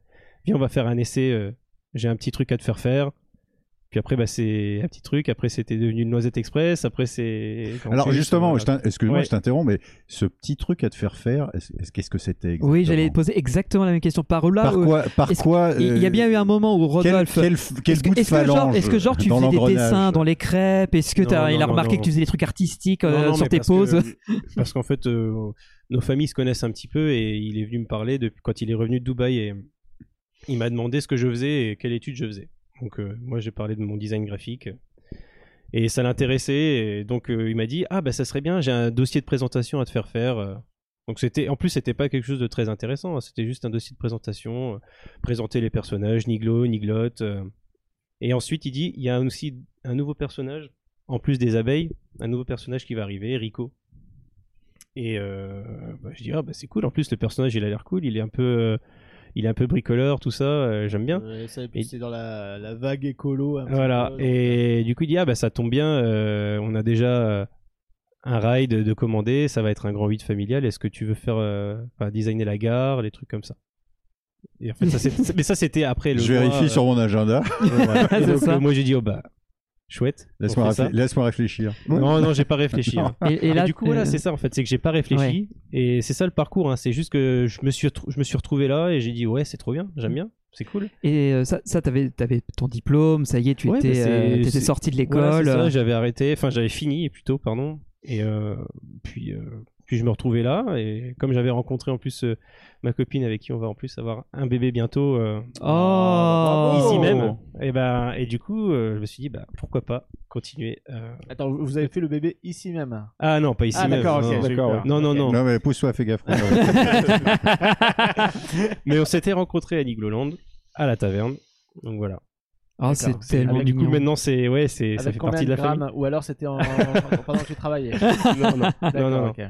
viens on va faire un essai euh, j'ai un petit truc à te faire faire puis après bah c'est un petit truc après c'était devenu une noisette express après c'est Alors justement, Voilà. je t'in- excuse-moi, Ouais. je t'interromps, mais ce petit truc à te faire faire, est-ce- est-ce- qu'est-ce que c'était exactement Oui, j'allais te poser exactement la même question. Par où là Par où- quoi, par est-ce quoi Il il y a euh, bien eu un moment où quel, Rodolphe. quel, f- quel Est-ce que- bout de est-ce que, genre, phalange est-ce que genre tu dans faisais des l'engrenage dessins dans les crêpes Est-ce que Non, t'as- il non, a non, remarqué non. que tu faisais des trucs artistiques euh, Non, non, sur mais tes parce poses que- parce qu'en fait, euh, nos familles se connaissent un petit peu et il est venu me parler depuis quand il est revenu de Dubaï et il m'a demandé ce que je faisais et quelle étude je faisais. Donc euh, moi j'ai parlé de mon design graphique et ça l'intéressait et donc euh, il m'a dit ah bah ça serait bien j'ai un dossier de présentation à te faire faire. euh. Donc c'était en plus c'était pas quelque chose de très intéressant hein, c'était juste un dossier de présentation euh, présenter les personnages Niglo Niglotte euh. et ensuite il dit il y a aussi un nouveau personnage en plus des abeilles un nouveau personnage qui va arriver Rico et euh, bah, je dis ah bah c'est cool en plus le personnage il a l'air cool il est un peu euh, il est un peu bricoleur tout ça euh, j'aime bien Ouais, ça, et puis Et- C'est dans la, la vague écolo. un petit voilà, peu, euh, et du coup il dit, ah bah ça tombe bien, euh, on a déjà euh, un ride de commander, ça va être un grand 8 familial, est-ce que tu veux faire, euh, enfin, designer la gare, les trucs comme ça. Et en fait, ça, c'est- mais ça c'était après le Je mois, vérifie euh, sur mon agenda. voilà. Et C'est donc, ça. euh, moi j'ai dit, oh bah, chouette. on Laisse-moi fait ça. réfléchir. Laisse réfléchir. Non, non, j'ai pas réfléchi. hein. Et, et Et là, du coup, voilà, euh, c'est ça en fait, c'est que j'ai pas réfléchi. Et c'est ça le parcours, hein. c'est juste que je me, suis retrou- je me suis retrouvé là et j'ai dit, ouais, c'est trop bien, j'aime bien, c'est cool. et, euh, ça, ça t'avais, t'avais ton diplôme, ça y est, tu Ouais, étais, bah, c'est- euh, t'étais c'est- sorti de Voilà, l'école. c'est ça, euh, j'avais arrêté, enfin j'avais fini plutôt, pardon. Et euh, puis, euh, Puis je me retrouvais là, et comme j'avais rencontré en plus euh, ma copine avec qui on va en plus avoir un bébé bientôt, euh, Oh, ici même, et, ben, et du coup, euh, je me suis dit, bah, pourquoi pas continuer. euh. Attends, vous avez fait le bébé ici même. Ah non, pas ici ah même. d'accord, ok. non, j'ai eu d'accord, peur. non, non, non. Non, mais pousse-toi, fais gaffe. Mais on s'était rencontrés à Nigloland, à la taverne. Donc voilà. Ah, c'est D'accord, c'est tellement Mais du coup, mignon. maintenant, c'est ouais, c'est ça Avec fait combien partie de la famille. grammes Ou alors c'était en... pendant que tu travaillais Non, non. Non, non, non. ok.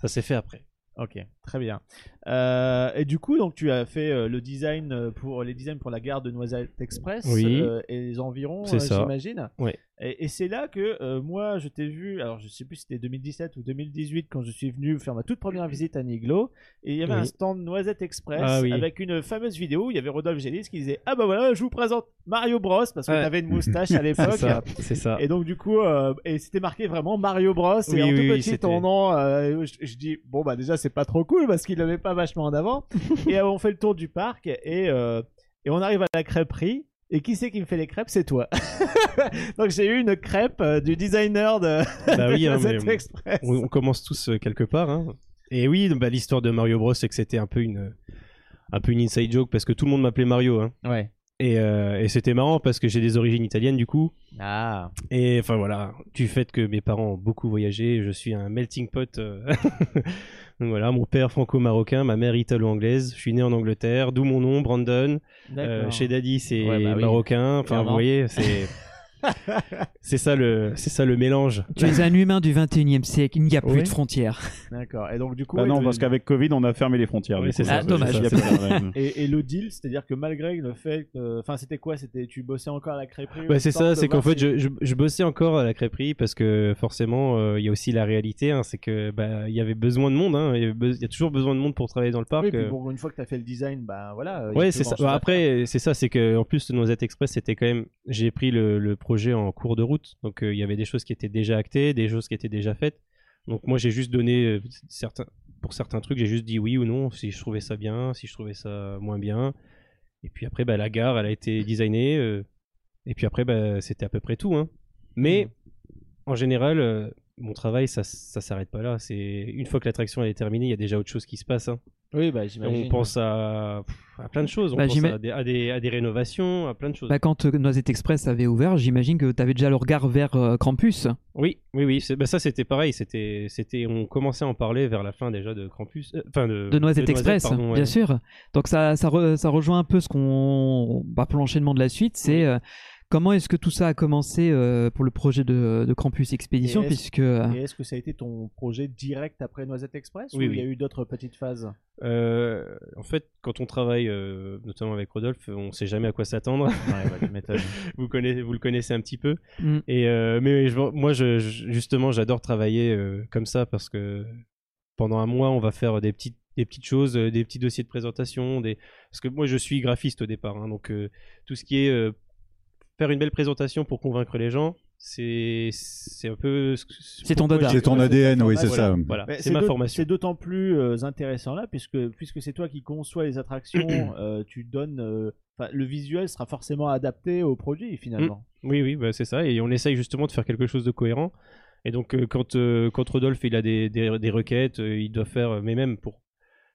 Ça s'est fait après. Ok, très bien. Euh, et du coup, donc tu as fait euh, le design euh, pour les designs pour la gare de Noisette Express Oui. euh, et les environs, C'est euh, ça. j'imagine. Ouais. Et, et c'est là que euh, moi, je t'ai vu. Alors, je sais plus si c'était 2017 ou 2018 quand je suis venu faire ma toute première visite à Niglo. Et il y avait Oui. un stand Noisette Express Ah oui. avec une fameuse vidéo. où Il y avait Rodolphe Gélis qui disait Ah bah voilà, je vous présente Mario Bros parce que Ouais. t'avais une moustache à C'est l'époque. ça. C'est ça. Ah, Et donc du coup, euh, et c'était marqué vraiment Mario Bros. Ah. Oui, et en oui, tout oui, petit c'était- tournant, euh, je, je dis bon bah déjà c'est pas trop cool parce qu'il l'avait pas vachement en avant. et euh, on fait le tour du parc et euh, et on arrive à la crêperie. Et qui c'est qui me fait les crêpes C'est toi. donc j'ai eu une crêpe euh, du designer de Bah oui, hein, Gazette mais- Express. on, on commence tous euh, quelque part. hein. Et oui, bah, l'histoire de Mario Bros, c'est que c'était un peu une un peu une inside joke parce que tout le monde m'appelait Mario. hein. Ouais. Et, euh, et c'était marrant parce que j'ai des origines italiennes du coup. Ah. Et enfin voilà, du fait que mes parents ont beaucoup voyagé, je suis un melting pot. euh, Donc voilà, mon père franco-marocain, ma mère italo-anglaise. Je suis né en Angleterre, d'où mon nom, Brandon. Euh, chez Daddy, c'est Ouais, bah oui. marocain. Enfin, vous Clairement. voyez, c'est c'est ça le c'est ça le mélange. Tu es un humain du 21 e siècle, il n'y a plus Oui. de frontières. D'accord. Et donc du coup. Bah oui, non, tu- parce qu'avec Covid, on a fermé les frontières. Oui, du coup. c'est ça. Ah, dommage. Il y a plus rien, ouais. Et, et le deal, c'est-à-dire que malgré le fait, que- enfin c'était quoi C'était tu bossais encore à la crêperie Ouais, au Bah, c'est stand ça, de c'est qu'en voir fait, si- je, je, je bossais encore à la crêperie parce que forcément, euh, il y a aussi la réalité, hein, c'est que bah, il y avait besoin de monde, hein, il y avait be- il y a toujours besoin de monde pour travailler dans le parc. Oui, puis euh. bon, une fois que t'as fait le design, bah voilà. euh, il y a Ouais, plus c'est ça. grand-chose Bah, à faire. après, c'est ça, c'est que en plus, le Noisette Express, c'était quand même. J'ai pris le, le projet en cours de route, donc euh, il y avait des choses qui étaient déjà actées, des choses qui étaient déjà faites. Donc moi, j'ai juste donné euh, certains pour certains trucs, j'ai juste dit oui ou non si je trouvais ça bien, si je trouvais ça moins bien. Et puis après, bah, la gare, elle a été designée. euh, et puis après, bah, c'était à peu près tout. hein. Mais en général, euh, mon travail, ça, ça s'arrête pas là. C'est une fois que l'attraction elle est terminée, il y a déjà autre chose qui se passe. hein. Oui, bah Et On j'imagine. pense à, pff, à plein de choses. On Bah, pense j'ima- à des, à, des, à des rénovations, à plein de choses. Bah, quand euh, Noisette Express avait ouvert, j'imagine que tu avais déjà le regard vers euh, Krampus. Oui, oui, oui. c'est- bah, ça, c'était pareil. C'était, c'était, on commençait à en parler vers la fin déjà de Krampus. euh, Enfin, de, de Noisette Express, pardon, ouais. bien sûr. Donc ça, ça, re- ça rejoint un peu ce qu'on, bah, pour l'enchaînement de la suite, c'est euh, comment est-ce que tout ça a commencé euh, pour le projet de, de Krampus Expédition, Et est-ce- puisque euh, Et est-ce que ça a été ton projet direct après Noisette Express Oui, ou il y a oui. eu d'autres petites phases Euh, en fait, quand on travaille, euh, notamment avec Rodolphe, on sait jamais à quoi s'attendre. vous, connaissez, vous le connaissez un petit peu. Mm. Et, euh, mais je- moi, je, je- justement, j'adore travailler euh, comme ça parce que pendant un mois, on va faire des petites, des petites choses, euh, des petits dossiers de présentation. Des... Parce que moi, je suis graphiste au départ. hein, donc, euh, tout ce qui est euh, faire une belle présentation pour convaincre les gens, c'est c'est un peu. ce que- C'est ton pourquoi dada. j'ai- C'est ton ADN, oui, c'est Voilà, ça. voilà. Mais c'est ma d'aut- formation. C'est d'autant plus euh, intéressant là, puisque, puisque c'est toi qui conçois les attractions, euh, tu donnes. euh, enfin, le visuel sera forcément adapté au produit finalement. Oui, oui, bah, c'est ça. Et on essaye justement de faire quelque chose de cohérent. Et donc, euh, quand, euh, quand Rodolphe il a des, des, des requêtes, euh, il doit faire, euh, mais même pour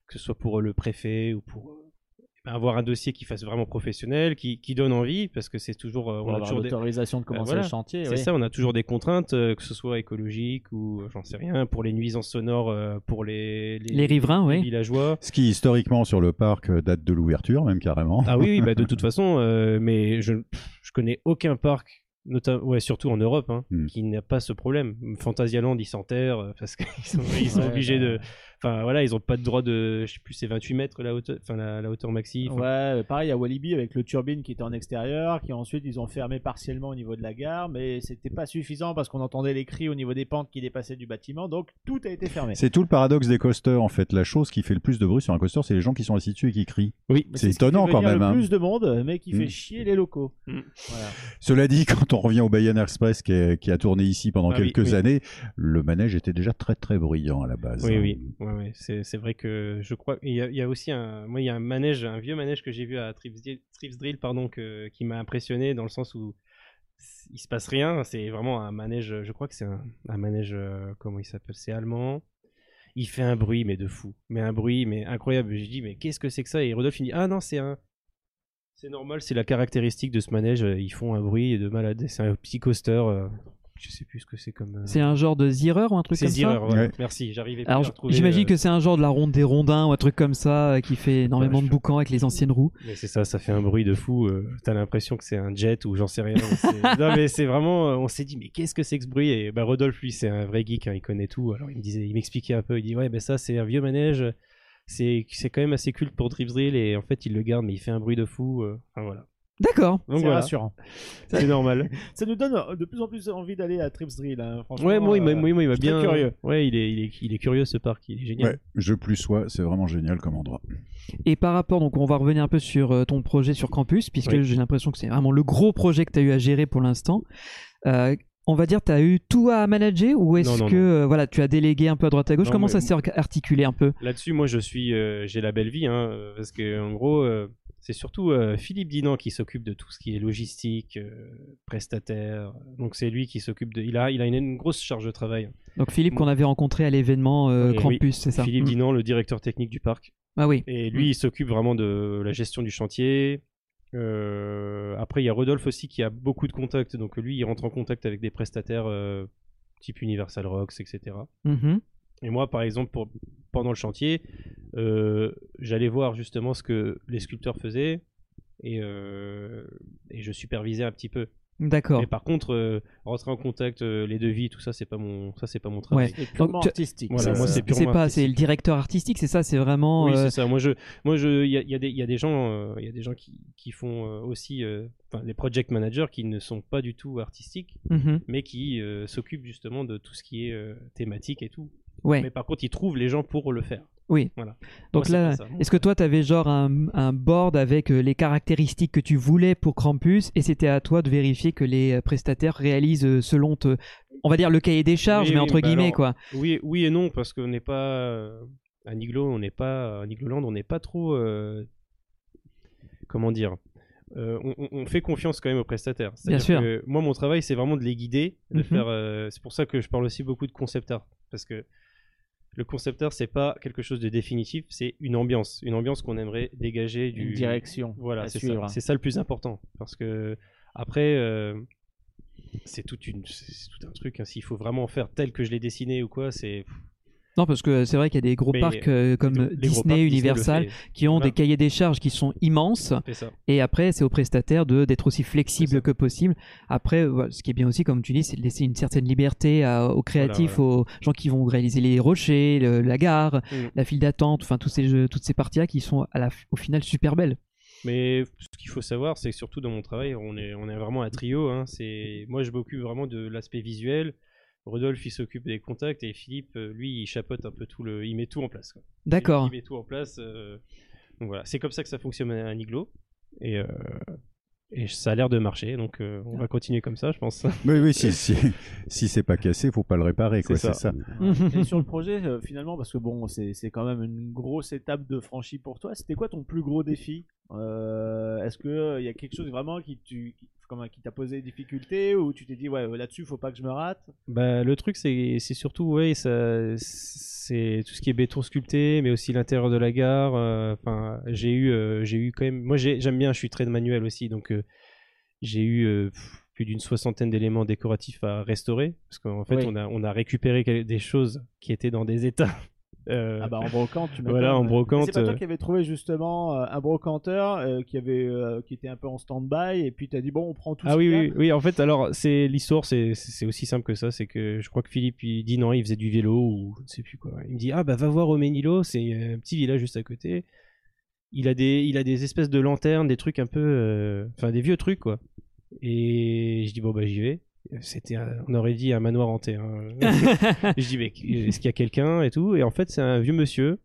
que ce soit pour euh, le préfet ou pour euh, ben, avoir un dossier qui fasse vraiment professionnel, qui, qui donne envie, parce que c'est toujours, euh, Pour on a avoir toujours des, Ben l'autorisation de commencer voilà. le chantier. c'est oui. ça, on a toujours des contraintes, euh, que ce soit écologique ou euh, j'en sais rien, pour les nuisances sonores, euh, pour les, les riverains, les oui. villageois. Ce qui, historiquement, sur le parc, euh, date de l'ouverture, même carrément. Ah oui, oui, bah, de toute façon, euh, mais je, pff, je connais aucun parc, notam- ouais, surtout en Europe, hein, Mm. qui n'a pas ce problème. Fantasialand, ils s'enterrent euh, parce qu'ils sont, ils sont Ouais, obligés bah. de. Enfin voilà, ils n'ont pas de droit de. Je sais plus, c'est 28 mètres la hauteur, enfin, la, la hauteur maxi. enfin, Ouais, pareil à Walibi avec le turbine qui était en extérieur, qui ensuite ils ont fermé partiellement au niveau de la gare, mais c'était pas suffisant parce qu'on entendait les cris au niveau des pentes qui dépassaient du bâtiment, donc tout a été fermé. C'est tout le paradoxe des coasters, en fait. La chose qui fait le plus de bruit sur un coaster, c'est les gens qui sont assis dessus et qui crient. Oui, Mais Bah, c'est ce qui fait étonnant quand venir même. Le hein. plus de monde, mais qui fait Mm. chier les locaux. Mm. Voilà. Cela dit, quand on revient au Bayern Express qui, est- qui a tourné ici pendant Ah oui, quelques oui. années, le manège était déjà très très bruyant à la base. Oui, hein. oui, ouais, ouais, c'est c'est vrai que je crois. Il y, a- il y a aussi un, moi, il y a un manège, un vieux manège que j'ai vu à Trips Drill, Trips Drill, pardon, que, qui m'a impressionné dans le sens où s- il se passe rien. C'est vraiment un manège. Je crois que c'est un, un manège. euh, comment il s'appelle C'est allemand. Il fait un bruit, mais de fou. Mais un bruit, mais incroyable. J'ai dit, mais qu'est-ce que c'est que ça Et Rodolphe, il dit, ah non, c'est un. C'est normal, c'est la caractéristique de ce manège. euh, Ils font un bruit de malade. C'est un petit coaster. euh, Je sais plus ce que c'est comme. euh, C'est un genre de zirer ou un truc C'est comme Zirer, ça ouais. Ouais. Merci, j'arrivais plus Alors, à retrouver. j'imagine euh, que c'est un genre de la ronde des rondins ou un truc comme ça euh, qui fait énormément de boucan avec les anciennes roues. Mais c'est ça, ça fait un bruit de fou. euh, T'as l'impression que c'est un jet ou j'en sais rien. mais c'est- non, mais c'est vraiment. euh, On s'est dit, mais qu'est-ce que c'est que ce bruit Et bah, Rodolphe, lui, c'est un vrai geek, hein, il connaît tout. Alors, il me disait, il m'expliquait un peu. Il dit, ouais, ben ça, c'est un vieux manège. C'est c'est quand même assez culte pour Drift Drill. Et en fait, il le garde, mais il fait un bruit de fou. euh, Enfin, voilà. D'accord. Donc, C'est voilà. rassurant. C'est normal. Ça nous donne euh, de plus en plus envie d'aller à Trips Drill, hein, franchement. Ouais, moi, il m'a euh, moi, il m'a je suis bien. très curieux. Ouais, il est, il, est, il est curieux, ce parc. Il est génial. Ouais, je plus sois, c'est vraiment génial comme endroit. Et par rapport, donc on va revenir un peu sur euh, ton projet sur campus, puisque Oui. j'ai l'impression que c'est vraiment le gros projet que tu as eu à gérer pour l'instant. Euh, on va dire, tu as eu tout à manager ou est-ce Non, non, que euh, voilà, tu as délégué un peu à droite à gauche Non, Comment mais ça s'est articulé un peu Là-dessus, moi, je suis, euh, j'ai la belle vie, hein, euh, parce que en gros, euh, c'est surtout euh, Philippe Dinan qui s'occupe de tout ce qui est logistique, euh, prestataire. Donc c'est lui qui s'occupe de. Il a, il a une, une grosse charge de travail. Donc Philippe Mm. qu'on avait rencontré à l'événement euh, Et campus, oui, c'est ça Philippe Mm. Dinan, le directeur technique du parc, Ah oui. et lui, il s'occupe vraiment de la gestion du chantier. Euh, après, il y a Rodolphe aussi qui a beaucoup de contacts, donc lui, il rentre en contact avec des prestataires euh, type Universal Rocks, etc. Mhm. Et moi, par exemple, pour, pendant le chantier, euh, j'allais voir justement ce que les sculpteurs faisaient et, euh, et je supervisais un petit peu. D'accord. Mais par contre, euh, rentrer en contact, euh, les devis, tout ça, c'est pas mon, ça c'est pas mon travail. C'est purement tu- artistique. Voilà, ça. moi, c'est purement C'est pas, artistique. c'est le directeur artistique, c'est ça, c'est vraiment. Oui, euh, c'est ça. Moi, je, moi, je, il y a, il y a des- il y a des gens, euh, il y a des gens qui, qui font euh, aussi, euh, enfin, les project managers qui ne sont pas du tout artistiques, mhm. mais qui euh, s'occupent justement de tout ce qui est euh, thématique et tout. Ouais. Mais par contre, ils trouvent les gens pour le faire. Oui. Voilà. Donc Moi, c'est là, pas ça. Moi, est-ce que toi, tu avais genre un, un board avec euh, les caractéristiques que tu voulais pour Krampus et c'était à toi de vérifier que les euh, prestataires réalisent euh, selon, te- on va dire, le cahier des charges, Oui, mais oui, entre bah guillemets, alors, quoi. Oui, oui et non, parce qu'on n'est pas euh, à Niglo, on n'est pas à Nigloland, on n'est pas trop. euh, comment dire Euh, on, on- on fait confiance quand même aux prestataires. C'est-à-dire sûr. que moi, mon travail, c'est vraiment de les guider, de Mhm. faire. euh, c'est pour ça que je parle aussi beaucoup de concept art, parce que le concept art, c'est pas quelque chose de définitif, c'est une ambiance, une ambiance qu'on aimerait dégager du Une direction voilà, à c'est suivre. ça. C'est ça le plus important. Parce que après, euh, c'est toute une, c'est c'est tout un truc. hein. S'il faut vraiment faire tel que je l'ai dessiné ou quoi, c'est Non, parce que c'est vrai qu'il y a des gros Mais parcs euh, comme les euh, gros Disney, parcs, le Universal, fait, qui ont Voilà. des cahiers des charges qui sont immenses. fait ça. Et après, c'est aux prestataires de d'être aussi C'est flexible ça. que possible. Après, euh, voilà, ce qui est bien aussi, comme tu dis, c'est de laisser une certaine liberté à- aux créatifs, aux gens qui vont réaliser les rochers, le- la gare, Mm. la file d'attente, enfin tous ces jeux, toutes ces parties-là qui sont à la, au final super belles. Mais ce qu'il faut savoir, c'est que surtout dans mon travail, on est, on est vraiment un trio. hein. C'est moi, je m'occupe vraiment de l'aspect visuel. Rodolphe, il s'occupe des contacts et Philippe, euh, lui, il chapeaute un peu tout le, il met tout en place. quoi. D'accord. Il met tout en place. euh, Donc voilà, c'est comme ça que ça fonctionne à Niglo. Et, euh, et ça a l'air de marcher, donc euh, on va continuer comme ça, je pense. Mais oui, si, si, si c'est pas cassé, faut pas le réparer, quoi, c'est C'est ça. ça. Mhm. Et sur le projet, euh, finalement, parce que bon, c'est c'est quand même une grosse étape de franchie pour toi. C'était quoi ton plus gros défi Euh, Est-ce que euh, il y a quelque chose vraiment qui tu qui- comment- qui t'a posé des difficultés ou tu t'es dit ouais euh, là-dessus faut pas que je me rate Bah, le truc, c'est c'est surtout, ouais, ça- c'est tout ce qui est béton sculpté, mais aussi l'intérieur de la gare. euh, Enfin, j'ai eu, euh, j'ai eu quand même. Moi, j'ai- j'aime bien. Je suis très de manuel aussi, donc euh, j'ai eu euh, pff, plus d'une soixantaine d'éléments décoratifs à restaurer, parce qu'en fait, Oui. on a on a récupéré quel- des choses qui étais dans des états. euh, Ah bah en brocante tu m'étonnes. voilà, en Mais brocante. C'est pas toi euh, qui avais trouvé justement euh, un brocanteur euh, qui avait euh, qui était un peu en stand-by et puis t'as dit bon on prend tout Ah ce oui, qu'il y a. oui, oui, en fait, alors, c'est l'histoire, c'est- c'est c'est aussi simple que ça. C'est que je crois que Philippe, il dit non, il faisait du vélo ou je ne sais plus quoi. Il me dit, ah bah va voir au Ménilo, c'est un petit village juste à côté. Il a des, il a des espèces de lanternes, des trucs un peu. euh, Enfin, des vieux trucs, quoi. Et je dis, bon, bah j'y vais. C'était, un- on aurait dit un manoir hanté. hein. je dis, mais est-ce qu'il y a quelqu'un et tout Et en fait, c'est un vieux monsieur,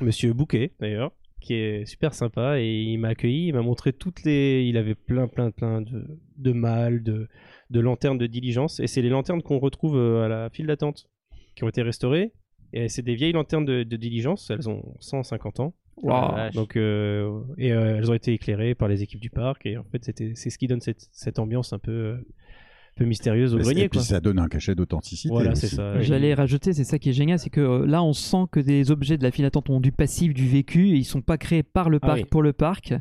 monsieur Bouquet d'ailleurs, qui est super sympa et il m'a accueilli, il m'a montré toutes les. Il avait plein, plein, plein de, de malles, de, de lanternes de diligence. Et c'est les lanternes qu'on retrouve euh, à la file d'attente, qui ont été restaurées. Et c'est des vieilles lanternes de, de diligence, elles ont 150 ans. Waouh. Donc, euh, et euh, elles ont été éclairées par les équipes du parc. Et en fait, c'était- c'est ce qui donne cette, cette ambiance un peu. euh, peu mystérieuse au grenier. et puis quoi. ça donne un cachet d'authenticité. Voilà, c'est aussi. ça. J'allais rajouter, c'est ça qui est génial, c'est que euh, là on sent que des objets de la file d'attente ont du passif, du vécu, et ils sont pas créés par le Ah parc oui. pour le parc.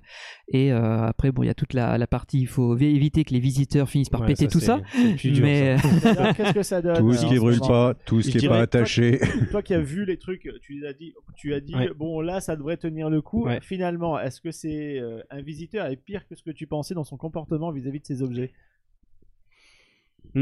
Et euh, après, bon, il y a toute la, la partie, il faut vé- éviter que les visiteurs finissent par Ouais, péter ça, tout c'est- ça. c'est le plus dur, mais ça. Alors, Qu'est-ce que ça donne Tout euh, ce Ah, en qui brûle moment pas, tout ce Je qui est dirais pas pas attaché. Toi qui as vu les trucs, tu les as dit, tu as dit Ouais. bon là ça devrait tenir le coup. Ouais. Finalement, est-ce que c'est euh, un visiteur est pire que ce que tu pensais dans son comportement vis-à-vis de ces objets euh,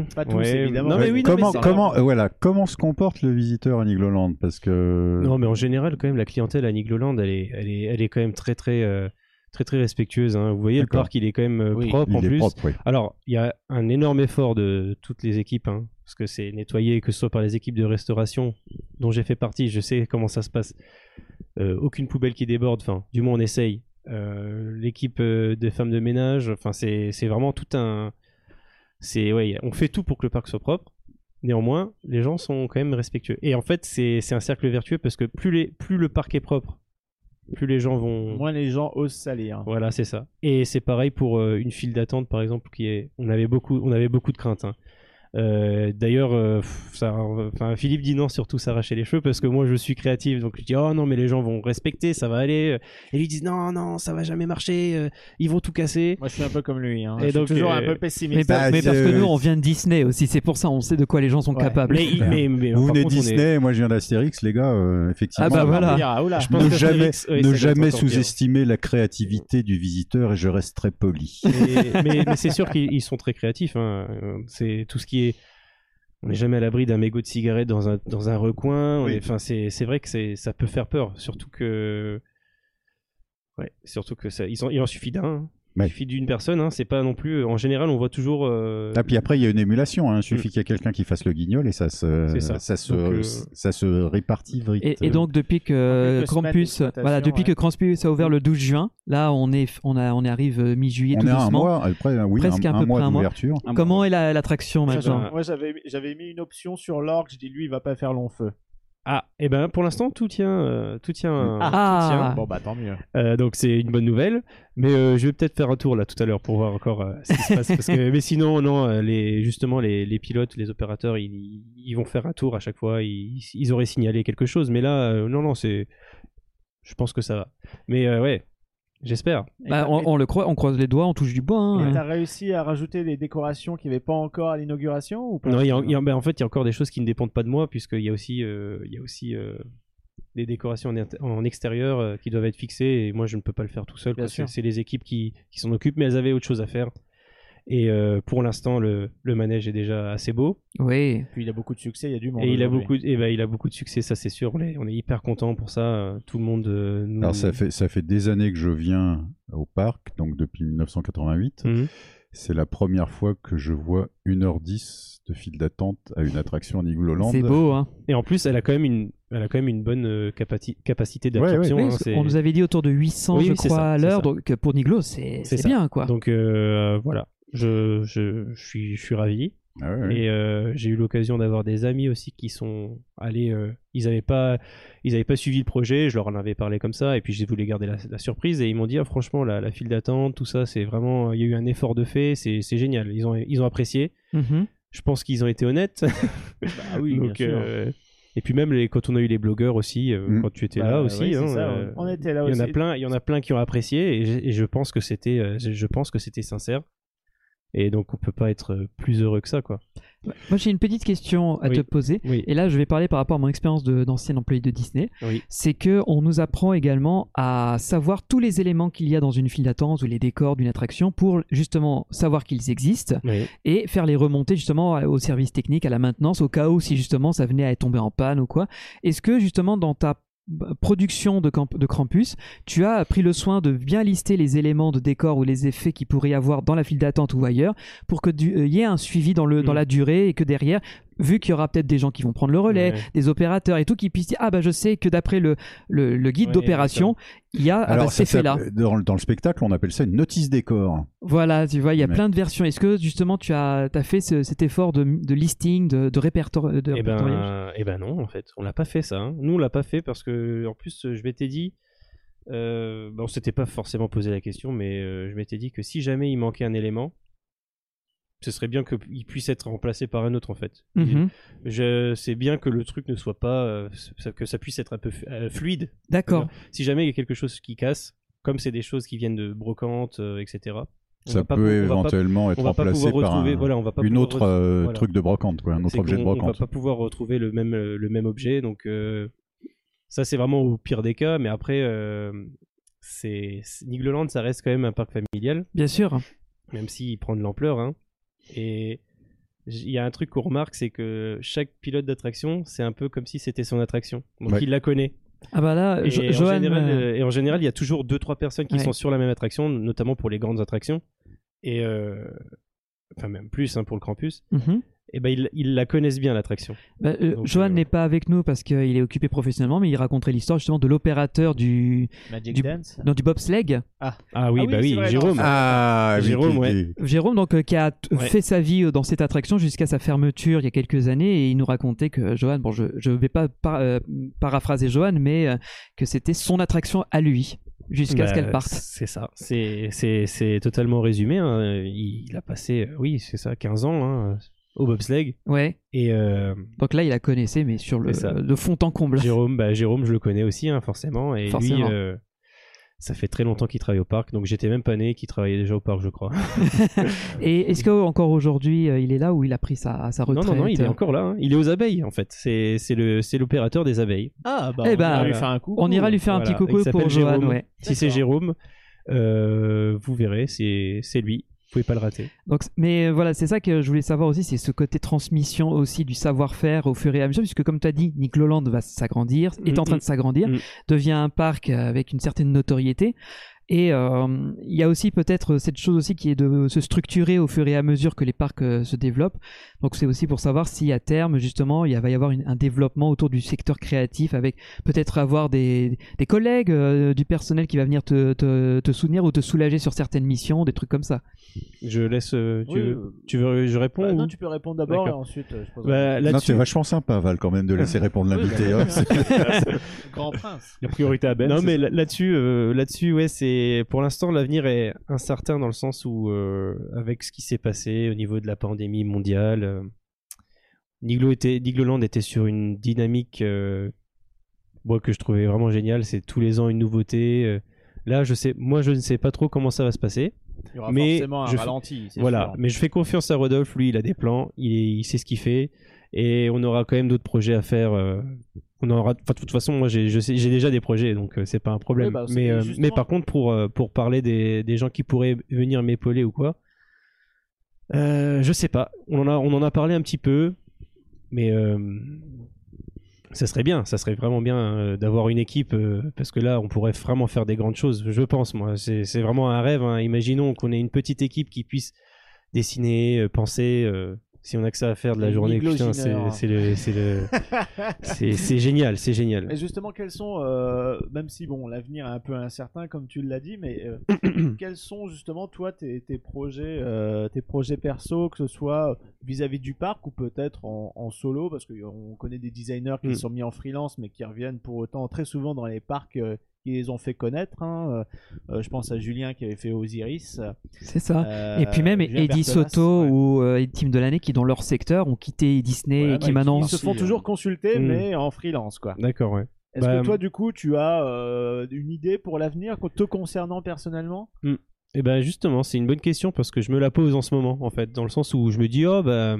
Hmm, Pas tous, ouais, évidemment. Non mais, oui, non, comment, mais c'est- comment, euh, voilà, comment se comporte le visiteur à Nigloland Parce que Non, mais en général, quand même, la clientèle à Nigloland, elle est, elle est, elle est quand même très, très, euh, très, très respectueuse. hein. Vous voyez, le D'accord. parc, il est quand même euh, Oui, propre en il est plus. propre, oui. Alors, il y a un énorme effort de toutes les équipes, hein, parce que c'est nettoyé, que ce soit par les équipes de restauration dont j'ai fait partie, je sais comment ça se passe. Euh, aucune poubelle qui déborde, enfin, du moins on essaye. Euh, L'équipe euh, des femmes de ménage, enfin, c'est c'est vraiment tout un. C'est ouais, on fait tout pour que le parc soit propre. Néanmoins, les gens sont quand même respectueux. Et en fait, c'est c'est un cercle vertueux parce que plus, les, plus le parc est propre, plus les gens vont, Moins les gens osent salir. voilà, c'est ça. Et c'est pareil pour euh, une file d'attente, par exemple, qui est. On avait beaucoup, on avait beaucoup de craintes. hein. Euh, D'ailleurs, euh, pff, ça, enfin, Philippe dit non surtout s'arracher les cheveux parce que moi je suis créatif, donc je dis oh non mais les gens vont respecter, ça va aller. Et lui ils disent non non ça va jamais marcher, euh, ils vont tout casser. Moi je suis un peu comme lui. hein. Et je suis donc, toujours euh, un peu mais, pessimiste. par- Ah, mais parce c'est- que nous on vient de Disney aussi, c'est pour ça on sait de quoi les gens sont Ouais. capables. Mais, il- mais, mais, vous par venez de contre, on est- Disney, moi je viens d'Astérix, les gars, euh, effectivement. Ah bah voilà. On dira, oula. Je pense Ne que jamais, Astérix, ouais, ne ça doit jamais être encore pire. sous-estimer la créativité du visiteur et je reste très poli. Euh, mais, mais- mais c'est sûr qu'ils ils sont très créatifs. hein. Euh, C'est tout ce qui est. On n'est jamais à l'abri d'un mégot de cigarette dans un, dans un recoin. On Oui. est- Enfin, c'est c'est vrai que c'est- ça peut faire peur, surtout que. Ouais, surtout que ça. ils en- il en suffit d'un. hein. Ouais. Il suffit d'une personne. hein. C'est pas non plus. En général, on voit toujours. euh, Ah, puis après, il y a une émulation. Hein. Il suffit qu'il y ait quelqu'un qui fasse le guignol et ça se, Hmm. C'est ça. se, Donc, euh, ça se répartit vite. Et, et donc depuis que euh, quelques semaines Krampus, d'exploitation, voilà, depuis ouais. que Krampus a ouvert le 12 juin, là on est, on a, on arrive euh, mi-juillet on tout est à un doucement. mois, après, euh, oui, Presque un, à peu mois près un mois. d'ouverture. Ah, Comment est la- l'attraction Ça, maintenant Moi j'avais j'avais mis une option sur l'orgue. Je dis lui il va pas faire long feu. Ah, et ben pour l'instant, tout tient. euh, tout tient. Ah. tout tient. Bon bah tant mieux. Euh, donc c'est une bonne nouvelle. Mais euh, je vais peut-être faire un tour là tout à l'heure pour voir encore euh, ce qui se passe. Parce que, mais sinon, non, euh, les, justement, les, les pilotes, les opérateurs, ils, ils vont faire un tour à chaque fois. Ils, ils auraient signalé quelque chose. Mais là, euh, non, non, c'est. Je pense que ça va. Mais euh, ouais, j'espère. Bah, on, on le croit, on croise les doigts, on touche du bois. hein. Et T'as réussi à rajouter les décorations qu'il n'y avait pas encore à l'inauguration ou pas Non, il y a- il y a- ben, en fait, il y a encore des choses qui ne dépendent pas de moi, puisqu'il y a aussi, euh, il y a aussi euh, des décorations en, inter- en extérieur euh, qui doivent être fixées, et moi, je ne peux pas le faire tout seul. Bien quoi. C'est sûr. c'est les équipes qui, qui s'en occupent, mais elles avaient autre chose à faire. Et euh, pour l'instant, le, le manège est déjà assez beau, Oui. Puis il a beaucoup de succès, il y a du monde. et il a, aujourd'hui. beaucoup, et ben, il a beaucoup de succès, ça c'est sûr. On est, on est hyper content pour ça. euh, Tout le monde euh, nous. Alors, ça fait, ça fait des années que je viens au parc, donc depuis 1988. Mhm. C'est la première fois que je vois 1h10 de file d'attente à une attraction en Igloland. C'est beau, hein. Et en plus, elle a quand même une, elle a quand même une bonne euh, capati- capacité ouais. d'absorption. Oui, hein, parce c'est- qu'on nous avait dit autour de 800, Oui, je oui, c'est crois, ça, à c'est l'heure. ça. Donc euh, pour Niglo, c'est C'est c'est ça. bien, quoi. Donc euh, voilà, je, je, je suis, je suis ravi. Ah ouais, ouais. Et euh, j'ai eu l'occasion d'avoir des amis aussi qui sont allés. euh, ils n'avaient pas, ils avaient pas suivi le projet. Je leur en avais parlé comme ça, et puis j'ai voulu garder la, la surprise. Et ils m'ont dit, Ah, franchement, la, la file d'attente, tout ça, c'est vraiment, il y a eu un effort de fait. C'est c'est génial. Ils ont, ils ont apprécié. Mhm. Je pense qu'ils ont été honnêtes. Ah oui, bien Donc, sûr. euh, et puis même les, quand on a eu les blogueurs aussi, euh, Mm. quand tu étais Bah, là oui, aussi, c'est hein, ça, euh, on était là il y aussi. en a plein, il y en a plein qui ont apprécié et je, et je pense que c'était, euh, je je pense que c'était sincère. Et donc on peut pas être euh, plus heureux que ça, quoi. Moi, j'ai une petite question à Oui. te poser. Oui. Et là, je vais parler par rapport à mon expérience de- d'ancien employé de Disney. Oui. C'est que on nous apprend également à savoir tous les éléments qu'il y a dans une file d'attente ou les décors d'une attraction pour justement savoir qu'ils existent et faire les remonter justement au service technique, à la maintenance, au cas où si justement ça venait à tomber en panne ou quoi. Est-ce que justement dans ta b- production de, camp- de Krampus, tu as pris le soin de bien lister les éléments de décor ou les effets qu'il pourrait y avoir dans la file d'attente ou ailleurs pour que du- euh, y ait un suivi dans, le, dans Mm. la durée et que derrière, vu qu'il y aura peut-être des gens qui vont prendre le relais, Ouais. des opérateurs et tout, qui puissent dire Ah bah je sais que d'après le, le, le guide Ouais, d'opération, il y a ah, bah, Alors, cet ça effet-là. s'appelle- dans, le- dans le spectacle, on appelle ça une notice décor. Voilà, tu vois, il y a Mais- plein de versions. Est-ce que justement tu as, t'as fait ce- cet effort de, de listing, de, de, répertor- de Eh répertoriage ben, eh ben non, en fait, on l'a pas fait ça. hein. Nous, on l'a pas fait parce que, en plus, euh, je m'étais dit, euh, bah, on s'était pas forcément posé la question, mais euh, je m'étais dit que si jamais il manquait un élément, ce serait bien qu'il puisse être remplacé par un autre en fait. Mhm. Je sais bien que le truc ne soit pas, euh, ça- que ça puisse être un peu fu- euh, fluide. D'accord. Si jamais il y a quelque chose qui casse, comme c'est des choses qui viennent de brocantes, euh, etc. on Ça va pas peut pou- on va pas- éventuellement être on va pas remplacé pouvoir par un- retrouver, voilà, on va pas une pouvoir autre retrouver- euh, voilà. truc de brocante, quoi, un autre C'est objet de qu'on- On va brocante. pas pouvoir retrouver le même, euh, le même objet, donc euh, ça c'est vraiment au pire des cas, mais après, euh, c'est c'est- Nigloland, ça reste quand même un parc familial, Bien sûr. même s'il prend de l'ampleur. hein. Et j- il y a un truc qu'on remarque, c'est que chaque pilote d'attraction, c'est un peu comme si c'était son attraction, donc Ouais. il la connaît. Ah bah là, Et, Jo- en Johan, général, euh, euh, et en général, il y a toujours deux trois personnes qui Ouais. sont sur la même attraction, notamment pour les grandes attractions, et euh, enfin même plus hein, pour le campus. mhm. Et ben ils, ils la connaissent bien l'attraction. Bah, euh, Donc, Johan euh, n'est pas avec nous parce qu'il est occupé professionnellement, mais il raconterait l'histoire justement de l'opérateur du, Magic Du- Dance. non, du bobsleigh, Ah oui, Ah oui, bah c'est oui, vrai, Jérôme. non, Ah, oui, Jérôme, qui- ouais. qui- Jérôme, donc, euh, qui a t- Ouais. fait sa vie euh, dans cette attraction jusqu'à sa fermeture il y a quelques années, et il nous racontait que euh, Johan, bon, je ne vais pas par- euh, paraphraser Johan, mais euh, que c'était son attraction à lui, jusqu'à ce Bah, qu'elle parte. C'est ça. C'est, c'est, c'est totalement résumé. hein. Il, il a passé, euh, oui, c'est ça, 15 ans hein, au bobsleigh. Ouais. Et euh, Donc là, il la connaissait, mais sur le C'est ça. de fond en comble. Jérôme, bah, Jérôme, je le connais aussi, hein, forcément. Et lui, Forcément. euh, ça fait très longtemps qu'il travaille au parc. Donc j'étais même pas né, qu'il travaillait déjà au parc, je crois. Et est-ce que encore aujourd'hui, euh, il est là où il a pris sa, sa Non, retraite euh non, non, il est encore là. hein. Il est aux abeilles, en fait. C'est, c'est, le, c'est l'opérateur des abeilles. Ah, bah, Eh on ira ben, lui faire un coup. On ira lui faire un Voilà. petit coucou Il s'appelle pour Johan, Jérôme. ouais. Si c'est Jérôme, euh, vous verrez, c'est, c'est lui. Vous pouvez pas le rater. Donc, mais euh, voilà, c'est ça que je voulais savoir aussi, c'est ce côté transmission aussi du savoir-faire au fur et à mesure, puisque comme tu as dit, Nick Land va s'agrandir, est en Mm, train de s'agrandir, mm. devient un parc euh, avec une certaine notoriété. Et euh, il y a aussi peut-être euh, cette chose aussi qui est de euh, se structurer au fur et à mesure que les parcs euh, se développent. Donc c'est aussi pour savoir si à terme justement il y a- va y avoir une- un développement autour du secteur créatif avec peut-être avoir des, des collègues, euh, du personnel qui va venir te, te, te soutenir ou te soulager sur certaines missions, des trucs comme ça. Je laisse. euh, tu, Oui, veux, euh, tu veux que je réponds Bah, ou- non, tu peux répondre d'abord et D'accord. ensuite euh, je pose Bah, Non, là-dessus- bah, c'est vachement sympa, Val, quand même, de laisser répondre l'invité. hein. C'est- Grand Prince. La priorité à Ben. non c'est mais là- là-dessus, euh, là-dessus, ouais, c'est pour l'instant l'avenir est incertain dans le sens où euh, avec ce qui s'est passé au niveau de la pandémie mondiale, euh, Niglo était, Nigloland était sur une dynamique euh, moi que je trouvais vraiment géniale. C'est tous les ans une nouveauté. euh. là, je sais, moi je ne sais pas trop comment ça va se passer. Il y aura Mais forcément un je fais- ralenti. c'est Voilà, sûr. mais je fais confiance à Rodolphe, lui il a des plans, il, il sait ce qu'il fait, et on aura quand même d'autres projets à faire. euh, on aura, enfin, de toute façon, moi j'ai je sais- j'ai déjà des projets, donc euh, c'est pas un problème. Oui, bah, c'est- mais, euh, justement- mais par contre, pour, euh, pour parler des, des gens qui pourraient venir m'épauler ou quoi, euh, je sais pas, on en, a, on en a parlé un petit peu, mais euh, ça serait bien, ça serait vraiment bien euh, d'avoir une équipe, euh, parce que là, on pourrait vraiment faire des grandes choses, je pense, moi. C'est c'est vraiment un rêve. hein. Imaginons qu'on ait une petite équipe qui puisse dessiner, euh, penser. euh, si on a que ça à faire de la Les journée, néglogineurs. putain, c'est c'est le- c'est le- c'est- c'est génial, c'est génial. Mais justement, quels sont, euh, même si bon, l'avenir est un peu incertain, comme tu l'as dit, mais euh, quels sont justement toi tes, tes projets, euh, tes projets perso, que ce soit vis-à-vis du parc ou peut-être en, en solo, parce qu'on connaît des designers qui Mm. se sont mis en freelance, mais qui reviennent pour autant très souvent dans les parcs. euh, qui les ont fait connaître. hein. Euh, euh, je pense à Julien qui avait fait Osiris. C'est ça. euh, Ah, Et puis même Julien Eddie Berthelas, Soto ouais. ou euh, les teams de l'année qui dans leur secteur ont quitté Disney Voilà, et bah, qui maintenant Ils se font Aussi, toujours euh, hein. consulter, Mm. mais en freelance, quoi. D'accord, ouais. Est-ce Bah, que toi, du coup, tu as euh, une idée pour l'avenir co- te concernant personnellement Et ben justement, c'est une bonne question parce que je me la pose en ce moment, en fait, dans le sens où je me dis, oh bah.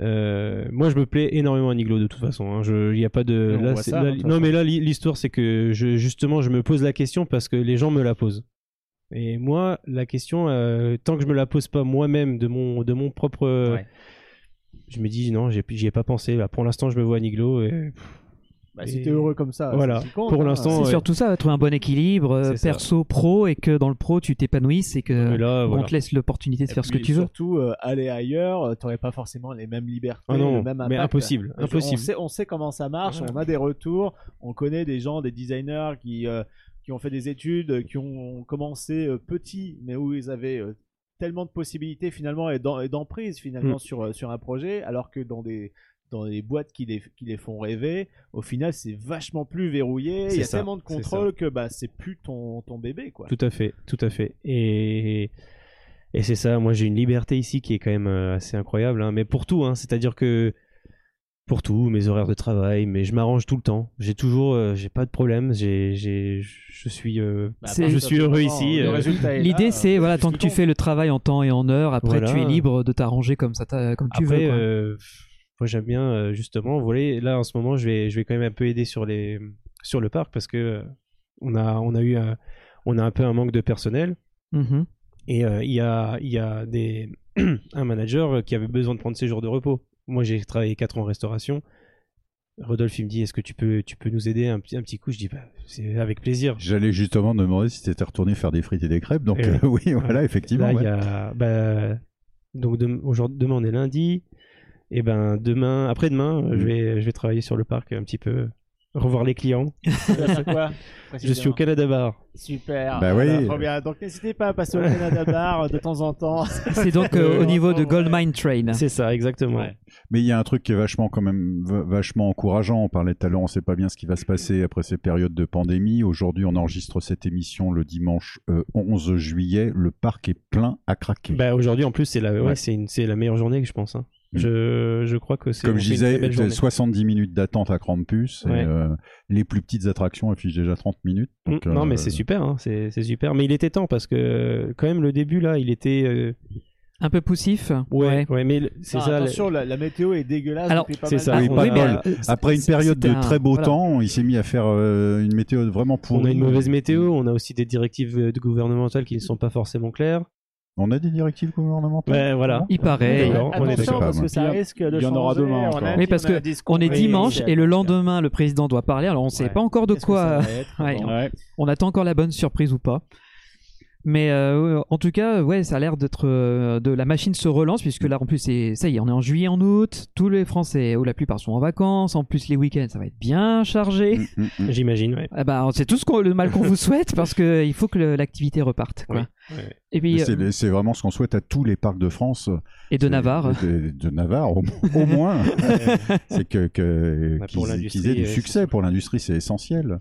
euh, moi, je me plais énormément à Niglo de toute façon. hein. Je, y a pas de. Et on là, voit c'est- ça, là- hein, de toute non, façon. mais là, l'hi- l'histoire, c'est que je, justement, je me pose la question parce que les gens me la posent. Et moi, la question, euh, tant que je me la pose pas moi-même de mon, de mon propre. Ouais. Je me dis, non, j'ai- j'y ai pas pensé. Bah, pour l'instant, je me vois à Niglo. et- bah, Et- Si t'es heureux comme ça, Voilà. c'est ce qui compte, Pour hein. l'instant, C'est ouais. surtout ça, trouver un bon équilibre euh, C'est ça. perso, pro, et que dans le pro, tu t'épanouisses et que mais là, on voilà. te laisse l'opportunité de Et faire ce que puis, tu veux. Surtout, euh, aller ailleurs, euh, t'aurais pas forcément les mêmes libertés, Ah non, le même mais impact. impossible, Euh, On- On impossible. sait, on sait comment ça marche, Voilà. on a des retours, on connaît des gens, des designers qui, euh, qui ont fait des études, euh, qui ont commencé euh, petits, mais où ils avaient euh, tellement de possibilités finalement et d'en- et d'emprise finalement Mm. sur, euh, sur un projet, alors que dans des dans les boîtes qui les, qui les font rêver, au final c'est vachement plus verrouillé, il y C'est a ça, tellement de c'est ça. contrôle que bah, c'est plus ton, ton bébé quoi. Tout à fait, tout à fait. Et, Et c'est ça, moi j'ai une liberté ici qui est quand même euh, assez incroyable, hein, mais pour tout, hein, c'est-à-dire que pour tout, mes horaires de travail, mais je m'arrange tout le temps. J'ai toujours, euh, j'ai pas de problème, j'ai, j'ai, je suis, euh, Bah, C'est- à partir je de suis ce heureux moment, ici. le euh, résultat est là, L'idée, c'est, euh, voilà, c'est tant que tu suffisant. fais le travail en temps et en heure, après Voilà. tu es libre de t'arranger comme ça, t'as- comme tu Après, veux. quoi. euh, moi j'aime bien euh, justement voler. Là en ce moment, je vais, je vais quand même un peu aider sur les, sur le parc parce que euh, on a, on a eu, un- on a un peu un manque de personnel. Mhm. Et euh, il y a, il y a des, un manager euh, qui avait besoin de prendre ses jours de repos. Moi, j'ai travaillé 4 ans en restauration. Rodolphe, il me dit Est-ce que tu peux, tu peux nous aider un, petit- un petit coup Je dis bah, C'est avec plaisir. J'allais justement demander si t'étais retourné faire des frites et des crêpes. Donc Eh oui. euh, oui, voilà, effectivement. Là, il ouais. y a. bah, donc, dem- aujourd'hui, demain, on est lundi. Et ben, demain, après-demain, Mm. je, vais, je vais travailler sur le parc un petit peu, revoir les clients. Ah, C'est quoi Je suis au Canada Bar. Super. Bah oui. Alors, trop bien. Donc n'hésitez pas à passer au Canada Bar euh, de temps en temps. C'est donc euh, Euh, au niveau de ouais. Goldmine Train. C'est ça, exactement. Ah. Ouais. Mais il y a un truc qui est vachement quand même v- vachement encourageant. On parlait tout à l'heure, on sait pas bien ce qui va se passer après ces périodes de pandémie. Aujourd'hui, on enregistre cette émission le dimanche euh, 11 juillet. Le parc est plein à craquer. Bah, aujourd'hui, en plus, c'est la, ouais, Ouais. c'est une- c'est la meilleure journée que je pense. hein. Mm. Je, je crois que c'est Comme on je fait une très disais, belle t'as journée. 70 minutes d'attente à Krampus. et, Ouais. euh, les plus petites attractions affichent déjà 30 minutes. Donc, Mm, non, euh, mais c'est super, hein, c'est c'est super. Mais il était temps parce que euh, quand même le début là, il était. euh, Un peu poussif. ouais, ouais, mais le- c'est Non, ça. le- Ah, Attention, la, la météo est dégueulasse. Alors, depuis pas c'est mal ça. de Oui, temps. pas de mais, bol. euh, c'est- Après une période de c'était un- très beau voilà. temps, il s'est mis à faire euh, une météo vraiment pourrie. On a une mauvaise météo, on a aussi des directives euh, de gouvernementales qui ne sont pas forcément claires. On a des directives gouvernementales. Ouais, voilà. Il paraît. D'accord. on est Eh, Attention d'accord. parce que ça Il y a- risque de il y en aura changer. demain On a encore. un Oui, petit- parce on a un que discours. On est Oui, dimanche c'est- et le lendemain, le président doit parler. Alors, on ne sait Ouais. pas encore de Qu'est-ce que ça quoi. va être Ouais, Bon. Ouais. On attend encore la bonne surprise ou pas. Mais euh, en tout cas, ouais, ça a l'air d'être euh, de la machine se relance puisque là, en plus, c'est ça y est, on est en juillet, en août. Tous les Français ou la plupart sont en vacances. En plus, les week-ends, ça va être bien chargé. Mm, mm, mm. J'imagine. ouais. Ah bah, c'est tout ce qu'on- le mal qu'on vous souhaite parce que euh, il faut que le- l'activité reparte. Quoi. Ouais, ouais. Mais Et puis euh, C'est c'est vraiment ce qu'on souhaite à tous les parcs de France. Euh, et de Navarre. De, de Navarre, au, au moins. c'est que, que- Bah, pour qu'ils qu'ils aient l'industrie, du euh, succès pour l'industrie, c'est essentiel.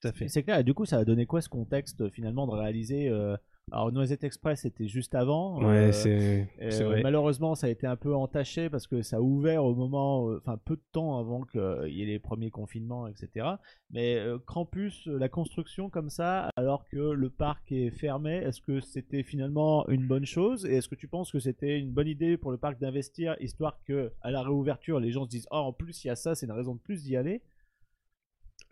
Tout à fait. C'est clair. Et du coup, ça a donné quoi ce contexte euh, finalement de réaliser euh, Alors, Noisette Express, c'était juste avant. Ouais, euh, c'est euh, c'est vrai. Malheureusement, ça a été un peu entaché parce que ça a ouvert au moment, euh, enfin peu de temps avant qu'il y ait les premiers confinements, etc. Mais euh, Krampus, euh, la construction comme ça, alors que le parc est fermé, est-ce que c'était finalement une bonne chose Et est-ce que tu penses que c'était une bonne idée pour le parc d'investir, histoire que à la réouverture, les gens se disent, oh, en plus il y a ça, c'est une raison de plus d'y aller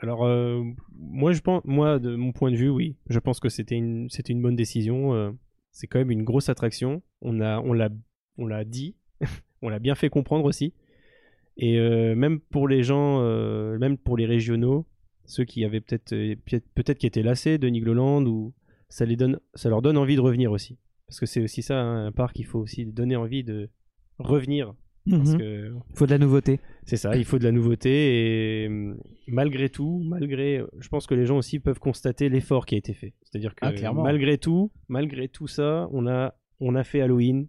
Alors euh, moi je pense, moi de mon point de vue, oui, je pense que c'était une c'était une bonne décision. euh, c'est quand même une grosse attraction. On a on l'a on l'a dit, on l'a bien fait comprendre aussi. Et euh, même pour les gens, euh, même pour les régionaux, ceux qui avaient peut-être euh, peut- peut-être qui étaient lassés de Nigloland ou ça les donne ça leur donne envie de revenir aussi. Parce que c'est aussi ça hein, un parc, il faut aussi donner envie de revenir parce Mhm. que Faut de la nouveauté. c'est ça, il faut de la nouveauté et euh, malgré tout, malgré, je pense que les gens aussi peuvent constater l'effort qui a été fait. C'est-à-dire que Ah, clairement. malgré tout, malgré tout ça, on a, on a fait Halloween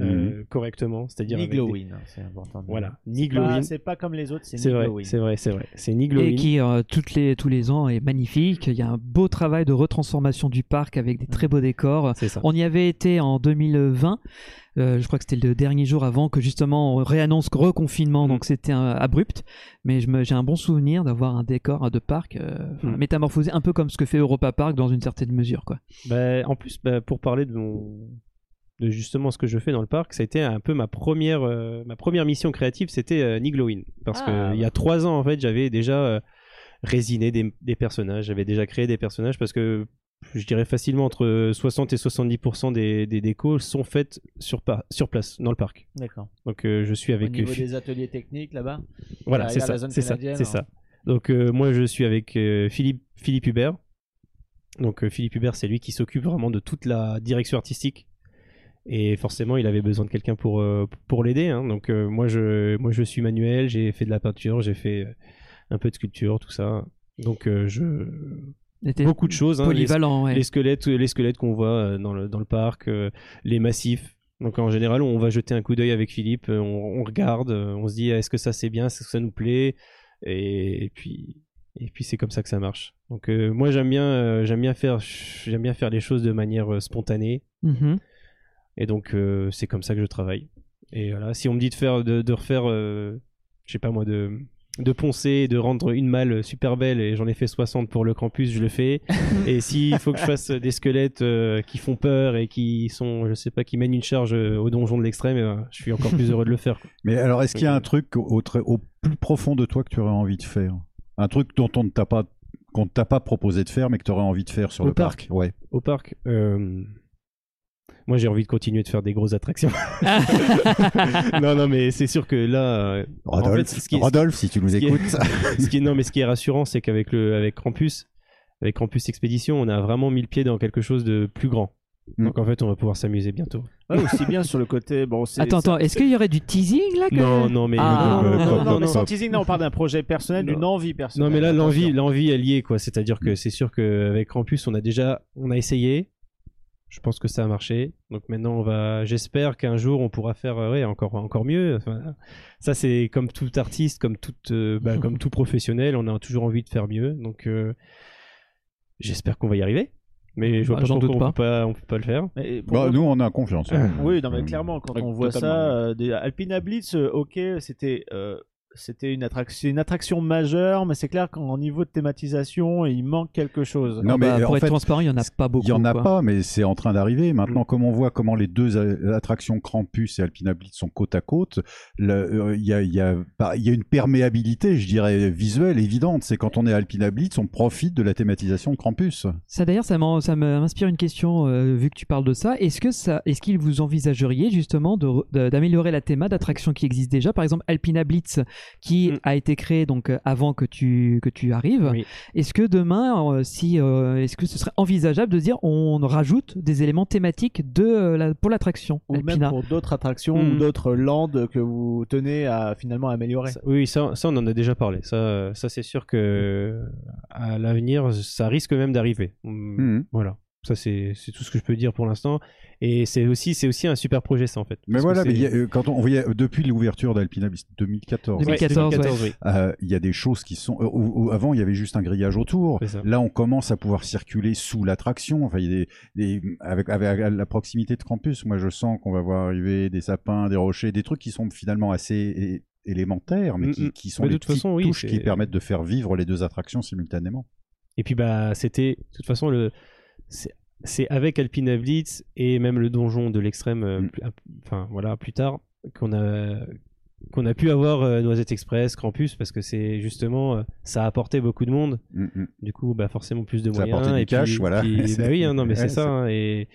euh, correctement, c'est-à-dire avec des- Niglowin, hein, c'est important. de- Voilà, C'est pas- Niglowin. Ah, C'est pas comme les autres, c'est C'est vrai, Niglowin. c'est vrai, c'est vrai. C'est Et Niglowin. qui euh, toutes les, tous les ans est magnifique. Il y a un beau travail de retransformation du parc avec des très beaux décors. C'est ça. On y avait été en 2020. Euh, je crois que c'était le dernier jour avant que justement on réannonce reconfinement, donc c'était euh, abrupt. Mais je me- j'ai un bon souvenir d'avoir un décor euh, de parc euh, enfin, Mm. métamorphosé un peu comme ce que fait Europa Park dans une certaine mesure. Quoi. Bah, en plus, bah, pour parler de, mon- de justement ce que je fais dans le parc, ça a été un peu ma première, euh, ma première mission créative, c'était euh, Niglowin. Parce que Ah, il y a trois ans, en fait, j'avais déjà euh, résiné des, des personnages, j'avais déjà créé des personnages parce que je dirais facilement entre 60 et 70% des, des décos sont faites sur, pa- sur place, dans le parc. D'accord. Donc euh, je suis Au avec niveau Fu- des ateliers techniques là-bas voilà, c'est derrière la ça, zone c'est ça, canadienne, c'est hein. ça. Donc euh, moi je suis avec euh, Philippe Philippe Hubert. Donc euh, Philippe Hubert, c'est lui qui s'occupe vraiment de toute la direction artistique. Et forcément, il avait besoin de quelqu'un pour euh, pour l'aider. hein. Donc euh, moi je moi je suis manuel, j'ai fait de la peinture, j'ai fait euh, un peu de sculpture, tout ça. Donc euh, je C'était beaucoup de choses. hein. Les- Polyvalent, ouais. les squelettes, les squelettes qu'on voit euh, dans le, dans le parc, euh, les massifs. Donc en général, on va jeter un coup d'œil avec Philippe, euh, on, on regarde, euh, on se dit est-ce que ça c'est bien, est-ce que ça nous plaît, et, et puis et puis c'est comme ça que ça marche. Donc euh, moi j'aime bien euh, j'aime bien faire j'aime bien faire les choses de manière euh, spontanée. Mhm. Et donc, euh, c'est comme ça que je travaille. Et voilà, si on me dit de faire, de, de refaire, euh, je sais pas moi, de de poncer, de rendre une malle super belle, et j'en ai fait 60 pour le campus, je le fais. et s'il faut que je fasse des squelettes euh, qui font peur et qui sont, je sais pas, qui mènent une charge euh, au donjon de l'extrême, eh ben, je suis encore plus heureux de le faire. quoi. Mais alors, est-ce qu'il y a un truc au, tr- au plus profond de toi que tu aurais envie de faire Un truc dont on ne t'a pas qu'on ne t'a pas proposé de faire, mais que tu aurais envie de faire sur Au le parc. Ouais. Au parc, euh, moi j'ai envie de continuer de faire des grosses attractions. non, non, mais c'est sûr que là, euh, en fait, Rodolphe, ce qui est- Rodolphe, si tu nous ce qui est- écoutes. ce qui est, non, mais ce qui est rassurant, c'est qu'avec le, avec Campus, avec Campus Expédition, on a vraiment mis le pied dans quelque chose de plus grand. Mm. Donc en fait, on va pouvoir s'amuser bientôt. Ouais, aussi Ah bien sur le côté. Bon, c'est- Attends, ça- attends, est-ce qu'il y aurait du teasing là que- Non, non, mais Ah, non, non, euh, non, pop, non, Non, non, non, pop, mais non. sans teasing, là, on parle d'un projet personnel, Non. d'une envie Non, personnelle. mais là l'envie, Attention. l'envie, elle y est quoi. C'est-à-dire que c'est sûr qu'avec Campus, on a déjà, on a essayé. Je pense que ça a marché. Donc maintenant, on va. J'espère qu'un jour, on pourra faire euh, ouais, encore, encore mieux. Enfin, ça, c'est comme tout artiste, comme tout, euh, bah, comme tout professionnel, on a toujours envie de faire mieux. Donc euh, j'espère qu'on va y arriver. Mais je vois Bah, pas j'en pourquoi doute on peut pas, on peut pas le Euh, faire. Mais pour Bah, le nous, on a confiance. hein. Oui, non, mais clairement, quand on voit ça, euh, des- Alpina Blitz, euh, ok, c'était. euh, C'était une attraction, une attraction majeure, mais c'est clair qu'en niveau de thématisation, il manque quelque chose. Non, mais Bah, en pour être fait, transparent, il n'y en a pas beaucoup. Il y en a quoi. pas, mais c'est en train d'arriver. Mm. Maintenant, comme on voit comment les deux euh, attractions Krampus et Alpina Blitz sont côte à côte, le- euh, il y, a, il y a- bah, il y a une perméabilité, je dirais, visuelle évidente. C'est quand on est à Alpina Blitz, on profite de la thématisation de Krampus. Ça d'ailleurs, ça m'en- ça m'inspire une question euh, vu que tu parles de ça. Est-ce que ça, est-ce qu'il vous envisageriez justement de re- de- d'améliorer la théma d'attractions qui existent déjà, par exemple Alpina Blitz, qui Mm. a été créée donc euh, avant que tu que tu arrives. Oui. Est-ce que demain, euh, si, euh, est-ce que ce serait envisageable de dire on rajoute des éléments thématiques de euh, la- pour l'attraction Ou même Alpina pour d'autres attractions Mm. Hmm. ou d'autres landes que vous tenez à finalement améliorer. Ça- oui, ça, ça, on en a déjà parlé. Ça, euh, ça c'est sûr que euh, à l'avenir, ça risque même d'arriver. Mm. Hum, Mhm. Voilà. Ça, c'est c'est tout ce que je peux dire pour l'instant. Et c'est aussi, c'est aussi un super projet, ça, en fait. Mais Parce que voilà, c'est- mais il y a, euh, quand on, on voyait euh, depuis l'ouverture d'Alpina Blitz 2014, Ouais, 2014, oui. euh, il y a des choses qui sont. euh, où- où avant, il y avait juste un grillage autour. C'est ça. Là, on commence à pouvoir circuler sous l'attraction. Enfin, il y a des, des- avec, avec la proximité de Krampus, moi, je sens qu'on va voir arriver des sapins, des rochers, des trucs qui sont finalement assez é- élémentaires, mais Mm, mm. qui, qui sont Mais de les toute petites façon, oui, touches c'est- qui permettent de faire vivre les deux attractions simultanément. Et puis, bah, c'était, de toute façon, le, c'est- c'est avec Alpina Blitz et même le donjon de l'extrême, euh, Mm. plus- ah, enfin, voilà, plus tard, qu'on a, qu'on a pu avoir euh, Noisette Express, Krampus, parce que c'est justement, euh, ça a apporté beaucoup de monde. Mm, mm. du coup bah forcément plus de Ça moyens apportait du et puis- cash, voilà. puis- C'est- bah oui hein, non mais Ouais, c'est c'est- ça hein, et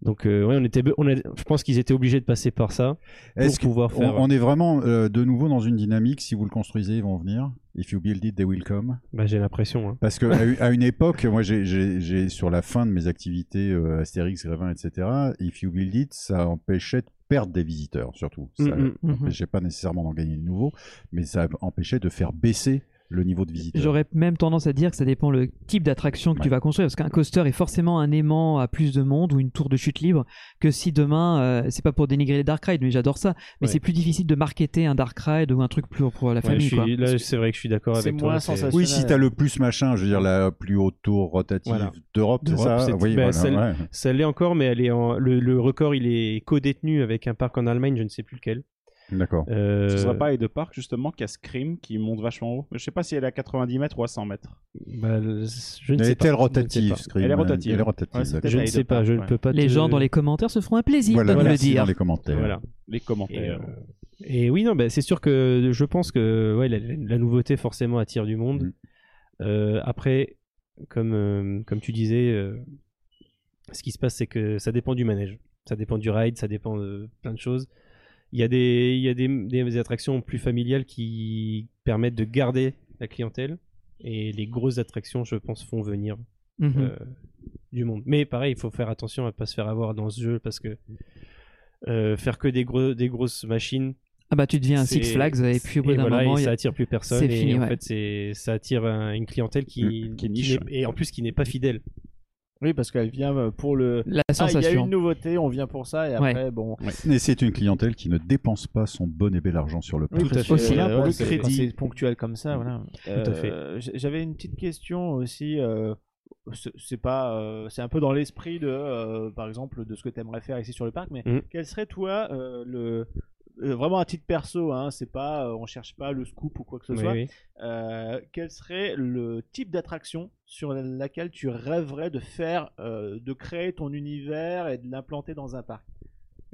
donc euh, ouais on était be- on a- je pense qu'ils étaient obligés de passer par ça pour Est-ce que- pouvoir on, faire on est vraiment euh, de nouveau dans une dynamique. Si vous le construisez, ils vont venir. If you build it, they will come. bah j'ai l'impression hein. Parce que à, u- à une époque, moi, j'ai- j'ai j'ai- sur la fin de mes activités euh, Astérix, Grévin, etc. If you build it, ça empêchait de perdre des visiteurs, surtout. Ça Mm, mm. Mhm. empêchait pas nécessairement d'en gagner de nouveaux, mais ça empêchait de faire baisser le niveau de visiteurs. J'aurais euh, même tendance à dire que ça dépend le type d'attraction que tu Ouais. vas construire, parce qu'un coaster est forcément un aimant à plus de monde ou une tour de chute libre que si demain, euh, c'est pas pour dénigrer les dark rides, mais j'adore ça, mais Ouais. c'est plus difficile de marketer un dark ride ou un truc plus pour la Ouais, je famille. suis- quoi. là c'est vrai que je suis d'accord C'est avec toi moins c'est- sensationnel. Oui, si t'as le plus machin, je veux dire la plus haute tour rotative Voilà. d'Europe, c'est ça D'Europe, c'est- Oui, bah, voilà, celle- ouais. ça l'est encore mais elle est en... le, le record il est co-détenu avec un parc en Allemagne je ne sais plus lequel D'accord. Euh, Ce sera pas les deux parcs justement qu'à Scream qui monte vachement haut. Je sais pas si elle est à 90 mètres ou à 100 mètres. bah, le- je ne Elle sais pas est-elle Je rotative, ne sais pas. Scream hein. Elle est rotative. Elle est rotative. Ouais, c'était d'accord. je ne Les sais deux pas je ne parcs, peux pas Les te- gens dans les commentaires se feront un plaisir Voilà, de nous le merci dans dire. les commentaires. voilà Les Et, euh, commentaires. et oui, non, bah, c'est sûr que je pense que ouais, la, la nouveauté forcément attire du monde. Mm. Euh, après, comme, euh, comme tu disais, euh, ce qui se passe, c'est que ça dépend du manège, ça dépend du ride, ça dépend de plein de choses. Il y a des, il y a des, des attractions plus familiales qui permettent de garder la clientèle. Et les grosses attractions, je pense, font venir Mhm. euh, du monde. Mais pareil, il faut faire attention à pas se faire avoir dans ce jeu parce que euh, faire que des, gros, des grosses machines. ah bah tu deviens un Six c'est- Flags et puis au bout et d'un voilà, moment, et il y ça a- attire plus personne. c'est et fini, en ouais. fait, c'est ça attire un- une clientèle Mm. qui, Qui est niche, n'est- et en plus qui n'est pas fidèle. Oui, parce qu'elle vient euh, pour le. la Ah, il y a sensation. une nouveauté, on vient pour ça, et Ouais. après, bon. Et c'est une clientèle qui ne dépense pas son bon et bel argent sur le Oui, parc. à fait. Aussi, euh, là, hein, pour ouais, le c'est- crédit. quand C'est ponctuel comme ça, voilà. Tout à fait. Euh, j- J'avais une petite question aussi. euh, c'est- c'est pas euh, c'est un peu dans l'esprit de euh, par exemple de ce que tu aimerais faire ici sur le parc mais Mhm. quel serait toi euh, le euh, vraiment à titre perso hein, c'est pas euh, on cherche pas le scoop ou quoi que ce Oui, soit oui. euh, quel serait le type d'attraction sur laquelle tu rêverais de faire euh, de créer ton univers et de l'implanter dans un parc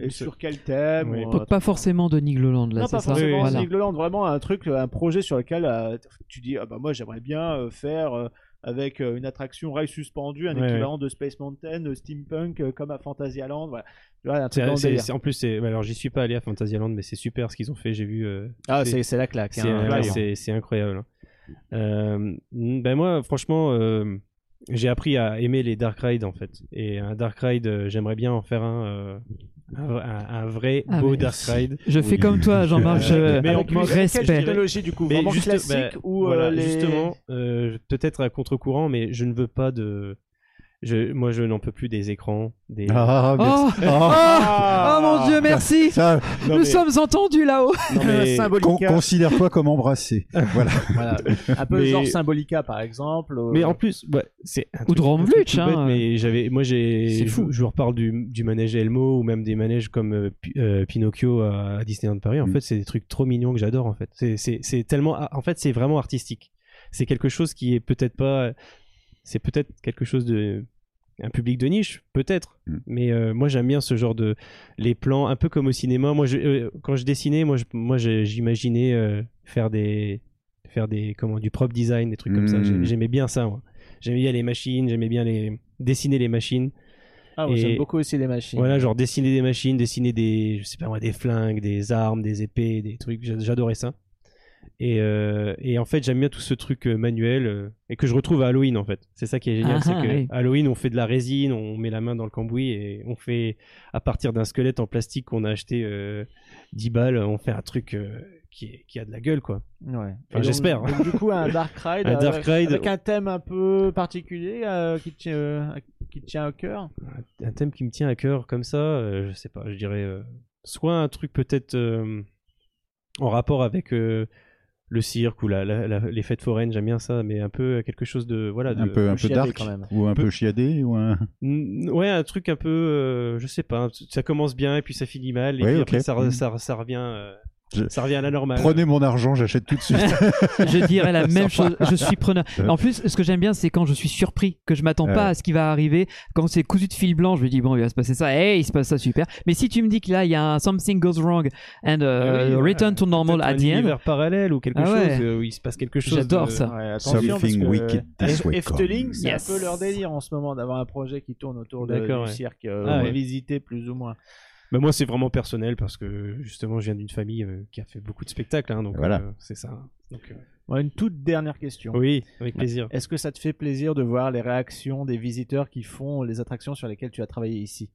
et Ce- sur quel thème Oui. ou euh, un Pas- truc Pas forcément de Nigloland, là, non, c'est pas ça forcément. Voilà. Ziggy Land, vraiment un truc, un projet sur lequel euh, tu dis, ah bah moi j'aimerais bien euh, faire euh, avec euh, une attraction rail suspendu, un Ouais, équivalent de Space Mountain, euh, steampunk, euh, comme à Fantasia Land. Voilà. Tu vois, un truc C'est- dans le c'est- délire. c'est- en plus, c'est- alors j'y suis pas allé à Fantasyland, mais c'est super ce qu'ils ont fait. J'ai vu. euh, Ah, c'est c'est la claque. C'est hein, ouais, clairement. c'est- c'est incroyable. hein. Euh, ben moi, franchement, euh, j'ai appris à aimer les Dark Rides en fait. Et un Dark Ride, euh, j'aimerais bien en faire un, euh, un, un- un vrai Ah, beau merci. Dark Ride. Je fais Oui. comme toi, Jean-Marc. je- Mais en avec plus, mon quel Quelle respect. technologie du coup Mais Vraiment juste- classique bah, ou euh, voilà, les- justement, euh, peut-être à contre-courant, mais je ne veux pas de. Je, moi, je n'en peux plus des écrans, des, Ah, Oh, merci. Ah oh, oh, mon Dieu, merci. Ça, euh, Nous sommes entendus là-haut. Non, con- mais- Symbolica, considère-toi comme embrassé. Voilà. voilà. un peu Mais- genre Symbolica par exemple. euh, Mais en plus, ouais, c'est un Ou de truc- un truc Ramblitch, tout bête, hein. Mais j'avais, moi, j'ai, C'est je, fou. je vous reparle du, du manège Elmo ou même des manèges comme euh, Pi- euh, Pinocchio à, à Disneyland Paris. En Mm. fait, c'est des trucs trop mignons que j'adore. En fait, c'est, c'est, c'est tellement, ah, en fait, c'est vraiment artistique. C'est quelque chose qui est peut-être pas, c'est peut-être quelque chose de un public de niche, peut-être. Mm. Mais euh, moi, j'aime bien ce genre de les plans, un peu comme au cinéma. Moi, je, euh, quand je dessinais, moi, je- moi, je- j'imaginais euh, faire des faire des comment du prop design, des trucs comme ça. Mm. J'ai- J'aimais bien ça. Moi. J'aimais bien les machines, j'aimais bien les dessiner les machines. ah, ouais, et- j'aime beaucoup aussi les machines. Voilà, genre dessiner des machines, dessiner des je sais pas moi des flingues, des armes, des épées, des trucs. J'a- J'adorais ça. Et, euh, et en fait, j'aime bien tout ce truc euh, manuel euh, et que je retrouve à Halloween en fait. C'est ça qui est génial, Ah c'est ah, que oui. Halloween, on fait de la résine, on met la main dans le cambouis et on fait à partir d'un squelette en plastique qu'on a acheté euh, 10 balles, on fait un truc euh, qui, est- qui a de la gueule quoi. Ouais. Et Enfin, donc- j'espère. donc, Du coup, un Dark Ride, Un euh, Dark Ride. avec un thème un peu particulier euh, qui, te tient, euh, qui te tient au cœur. un thème qui me tient à cœur comme ça, euh, je sais pas, je dirais euh, soit un truc peut-être euh, en rapport avec euh, le cirque ou la, la- la- les fêtes foraines, j'aime bien ça, mais un peu quelque chose de voilà, de, Un peu, un peu chiadé, dark, quand même. ou un peu chiadé, ou un. Mm, ouais, un truc un peu, euh, je sais pas, ça commence bien et puis ça finit mal et Ouais, puis ok. après ça, re- Mm. ça, ça revient, euh, Je- ça revient à la Euh, normale. Prenez mon argent, j'achète tout de suite. Je dirais la même chose. Je suis preneur. Euh. En plus, ce que j'aime bien, c'est quand je suis surpris, que je m'attends Ouais. pas à ce qui va arriver. Quand c'est cousu de fil blanc, je me dis bon, il va se passer ça. Hey, il se passe ça super. Mais si tu me dis que là, il y a un something goes wrong and Ah oui, uh, ouais. return to normal Peut-être at un the end, univers parallèle ou quelque Ah ouais. chose euh, où il se passe quelque chose. j'adore de- ça. Ouais, attention, parce Something que wicked this F- way. Efteling, comes. c'est Yes. un peu leur délire en ce moment d'avoir un projet qui tourne autour de, du D'accord, ouais. cirque euh, Ah ouais. revisité plus ou moins. Bah, moi, c'est vraiment personnel parce que justement, je viens d'une famille euh, qui a fait beaucoup de spectacles, hein, donc Voilà. euh, c'est ça. Donc, euh, Bon, une toute dernière question. Oui, hein. avec plaisir. Est-ce que ça te fait plaisir de voir les réactions des visiteurs qui font les attractions sur lesquelles tu as travaillé ici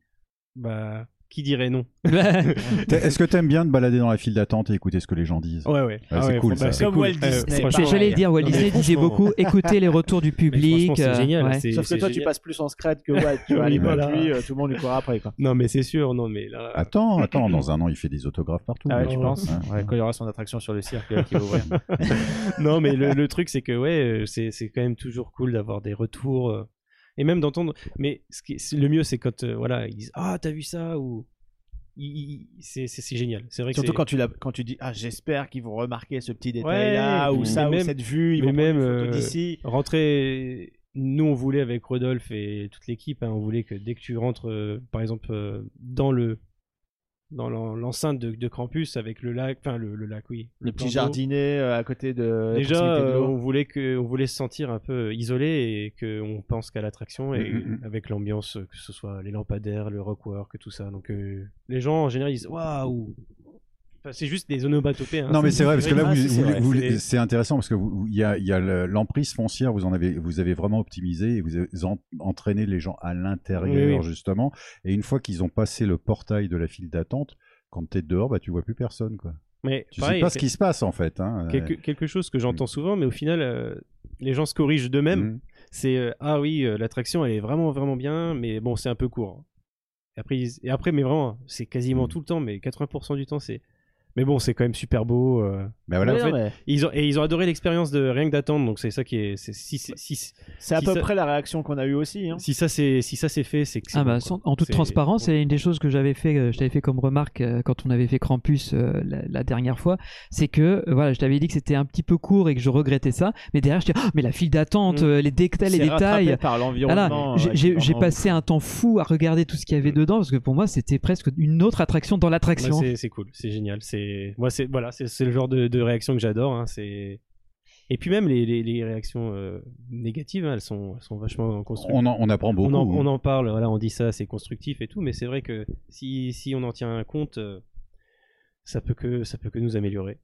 Bah, qui dirait non T'es- Est-ce que t'aimes bien te balader dans la file d'attente et écouter ce que les gens disent Ouais, ouais. Ah, c'est cool, bah, ça. Comme Walt Euh, Disney, franchement, C'est- J'allais le dire, Walt Non, mais Disney disait franchement- beaucoup écoutez les retours du mais franchement, public. c'est euh, génial. ouais. c'est- Sauf que c'est toi, tu génial. passes plus en scred que Walt. tu vois, à Oui, l'époque, voilà. lui, euh, tout le monde lui court après. Quoi. Non, mais c'est sûr, non, mais là. Attends, attends, dans un an, il fait des autographes partout. Ah ouais, là. tu penses Hein. Ouais, Quand il y aura son attraction sur le cirque euh, qui va ouvrir. non, mais le, le truc, c'est que, ouais, euh, c'est c'est quand même toujours cool d'avoir des retours. euh, et même d'entendre. Mais ce qui est- le mieux, c'est quand, euh, voilà, ils disent Ah, t'as vu ça Ou. il- il- C'est c'est- c'est génial. C'est vrai que Surtout c'est- quand tu, l'as- quand tu dis ah j'espère qu'ils vont remarquer ce petit détail Ouais, là ou mais ça même- ou cette vue ils mais vont prendre même, une photo euh, d'ici rentrer nous on voulait avec Rodolphe et toute l'équipe hein, on voulait que dès que tu rentres euh, par exemple euh, dans le dans l'en- l'enceinte de, de campus avec le lac enfin le, le lac oui le petit plan d'eau. jardinet euh, à côté de déjà à proximité de euh, l'eau. on voulait que on voulait se sentir un peu euh, isolé et qu'on pense qu'à l'attraction et Mhm. avec l'ambiance euh, que ce soit les lampadaires le rockwork tout ça donc euh, les gens en général ils disent waouh Enfin, c'est juste des onomatopées hein, Non, mais c'est vrai, parce que là, Ah, vous- c'est- c'est vous- vrai, vous- c'est des- c'est intéressant parce que vous- vous- il y a, il y a le- l'emprise foncière, vous, en avez, vous avez vraiment optimisé et vous avez en- entraîné les gens à l'intérieur, Oui, oui. justement. Et une fois qu'ils ont passé le portail de la file d'attente, quand t'es dehors, bah, tu vois plus personne. Quoi. mais Tu pareil, sais pas ce c'est- qui se passe, en fait. Hein. quelque, quelque chose que j'entends souvent, mais au final, euh, les gens se corrigent d'eux-mêmes. Mm. C'est euh, ah oui, euh, l'attraction elle est vraiment vraiment bien, mais bon, c'est un hein. peu court. Et après, ils- et après mais vraiment, hein, c'est quasiment Mm. tout le temps, mais 80% du temps, c'est Mais bon, c'est quand même super beau. euh. Bah voilà. En Ouais, fait, non, mais ils ont, et ils ont adoré l'expérience de rien que d'attendre, donc c'est ça qui est. c'est- si, Bah. c'est- si, si, C'est à Si peu ça- près la réaction qu'on a eue aussi. hein. ça c'est si ça c'est fait, c'est que. c'est Ah bon, bah, quoi. sans- en toute C'est- transparence, c'est une des choses que j'avais fait, euh, je t'avais fait comme remarque euh, quand on avait fait Krampus euh, la, la dernière fois, c'est que euh, voilà, je t'avais dit que c'était un petit peu court et que je regrettais ça, mais derrière je dis mais la file d'attente, Mm. euh, les détails, les C'est rattrapé détails. par Voilà, l'environnement. euh, j'ai- j'ai j'ai évidemment. passé un temps fou à regarder tout ce qu'il y Mm. avait dedans parce que pour moi c'était presque une autre attraction dans Ouais, Bah, l'attraction. c'est- c'est cool, c'est génial. C'est moi, c'est voilà, c'est c'est le genre de, de réaction que j'adore. hein, c'est et puis même les, les- les réactions euh, négatives, hein, elles sont elles sont vachement constructives. On, en- on apprend beaucoup. on, en, hein. on en parle, voilà, on dit ça, c'est constructif et tout, mais c'est vrai que si, si on en tient compte, euh, ça peut que ça peut que nous améliorer.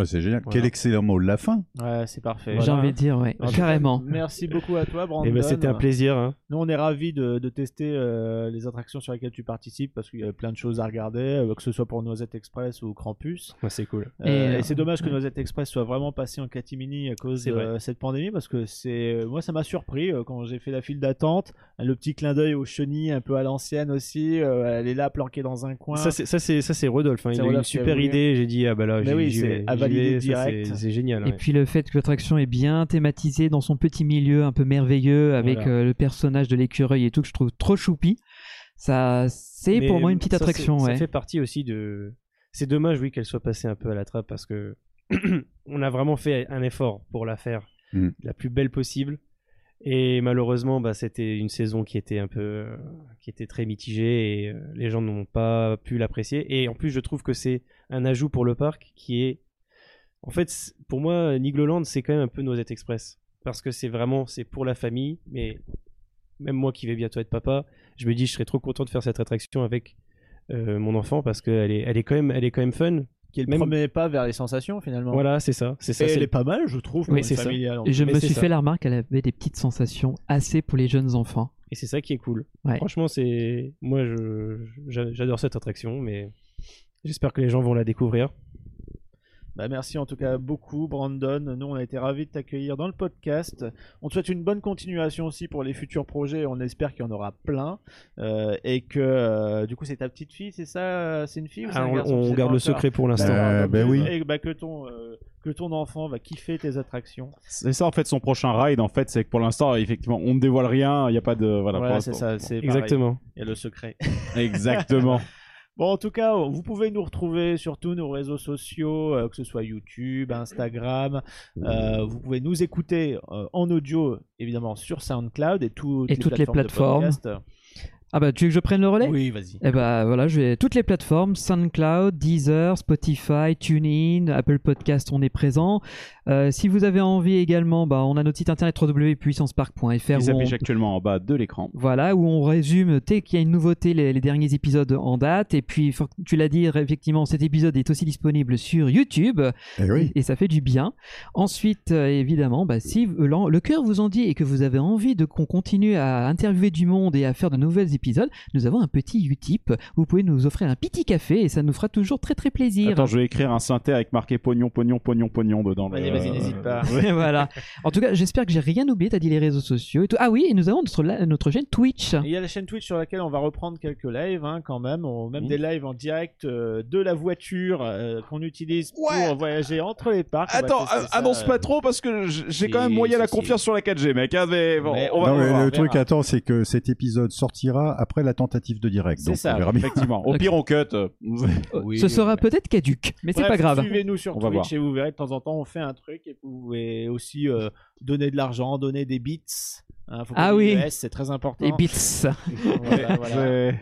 Ah, c'est génial. Voilà. Quel excellent mot de la fin. Ouais, euh, c'est parfait. J'ai envie de dire ouais, En tout cas, carrément. Merci beaucoup à toi, Brandon. Et ben c'était un plaisir. hein. Nous, on est ravis de, de tester euh, les attractions sur lesquelles tu participes parce qu'il y a plein de choses à regarder, euh, que ce soit pour Noisette Express ou Krampus. Ouais, c'est cool. Euh, et Et, euh, c'est dommage que ouais. Noisette Express soit vraiment passé en catimini à cause C'est de vrai. euh, cette pandémie parce que c'est moi ça m'a surpris euh, quand j'ai fait la file d'attente, le petit clin d'œil aux chenilles un peu à l'ancienne aussi, euh, elle est là planquée dans un coin. Ça c'est ça c'est ça c'est Rodolphe. hein, C'est il a eu une Rodolphe qui a super voulu. idée. J'ai dit ah bah là, Mais j'y- oui, j'y c'est vais, à j'y valider vais, ça, direct. c'est- C'est génial. Et ouais. puis le fait que l'attraction est bien thématisée dans son petit milieu un peu merveilleux avec Voilà. euh, le personnage de l'écureuil et tout que je trouve trop choupi, ça c'est Mais pour moi une petite ça, c'est- attraction. ouais. Ça fait partie aussi de. C'est dommage, oui, qu'elle soit passée un peu à la trappe parce que on a vraiment fait un effort pour la faire Mm. la plus belle possible. Et malheureusement, bah, c'était une saison qui était un peu, euh, qui était très mitigée et euh, les gens n'ont pas pu l'apprécier. Et en plus, je trouve que c'est un ajout pour le parc qui est, en fait, c'est- pour moi, Nigloland, c'est quand même un peu Noisette Express parce que c'est vraiment, c'est pour la famille. Mais même moi qui vais bientôt être papa, je me dis je serais trop content de faire cette attraction avec euh, mon enfant parce qu'elle est, elle est quand même, elle est quand même fun. qui est le Même- premier pas vers les sensations finalement. Voilà, c'est ça, c'est ça. Et c'est- elle est pas mal, je trouve. pour Oui, une c'est ça. familiale, en Et je Mais me c'est suis ça. fait la remarque qu'elle avait des petites sensations assez pour les jeunes enfants. Et c'est ça qui est cool. Ouais. Franchement, c'est moi, je j'a- j'adore cette attraction, mais j'espère que les gens vont la découvrir. Bah, merci en tout cas beaucoup Brandon. Nous on a été ravis de t'accueillir dans le podcast. On te souhaite une bonne continuation aussi pour les futurs projets. On espère qu'il y en aura plein Euh, et que euh, du coup c'est ta petite fille, c'est ça euh, C'est une fille ou c'est Ah, un on garçon on C'est garde pas le encore. secret pour l'instant. Euh, Bah, ben oui. Et bah, que ton euh, que ton enfant va kiffer tes attractions. C'est ça en fait son prochain ride en fait, c'est que pour l'instant effectivement on ne dévoile rien, il n'y a pas de euh, voilà. voilà, pour c'est l'instant. ça, c'est pareil. Exactement. Il y a le secret. Exactement. Bon, en tout cas, vous pouvez nous retrouver sur tous nos réseaux sociaux, euh, que ce soit YouTube, Instagram. Euh, Mmh. vous pouvez nous écouter euh, en audio, évidemment, sur SoundCloud et, toutes Et les toutes les plateformes. de podcast. Ah bah tu veux que je prenne le relais Oui, vas-y. Eh bah voilà, je vais toutes les plateformes, SoundCloud, Deezer, Spotify, TuneIn, Apple Podcast, on est présent. Euh, si vous avez envie également, bah, on a notre site internet www.puissancepark.fr Ils où on, affichent actuellement en bas de l'écran. Voilà, où on résume dès qu'il y a une nouveauté, les, les derniers épisodes en date. Et puis, faut- tu l'as dit, effectivement, cet épisode est aussi disponible sur YouTube. Eh oui. Et, et ça fait du bien. Ensuite, euh, évidemment, bah, si euh, l'en- le cœur vous en dit et que vous avez envie de qu'on continue à interviewer du monde et à faire de nouveaux épisodes, nous avons un petit Utip. Vous pouvez nous offrir un petit café et ça nous fera toujours très très plaisir. Attends, je vais écrire un synthé avec marqué pognon, pognon, pognon, pognon dedans. Vas-y, le- vas-y, n'hésite pas. voilà. En tout cas, j'espère que j'ai rien oublié. T'as dit les réseaux sociaux et tout. Ah oui, et nous avons notre, la- notre chaîne Twitch. Et Il y a la chaîne Twitch sur laquelle on va reprendre quelques lives, hein, quand même, On- même Mhm. des lives en direct euh, de la voiture euh, qu'on utilise pour Ouais. voyager entre les parcs. On va Attends, tester euh, ça, annonce euh, pas trop parce que j- j'ai quand si, même moyen si, la si. confiance sur la 4G, mec. hein, mais bon, Mais on va, Non, on mais va voir. le truc, verra. attends, c'est que cet épisode sortira après la tentative de direct. C'est donc ça. On verra bien. Effectivement. Au pire, on cut. Euh, Oui, Ce oui, sera oui. peut-être caduc, mais c'est Bref, pas grave. Suivez-nous sur On va Twitch voir. et vous verrez de temps en temps on fait un truc et vous pouvez aussi euh, donner de l'argent, donner des bits. Hein, faut pas Ah oublier oui. le S, c'est très important. Et bits. Voilà, voilà. C'est-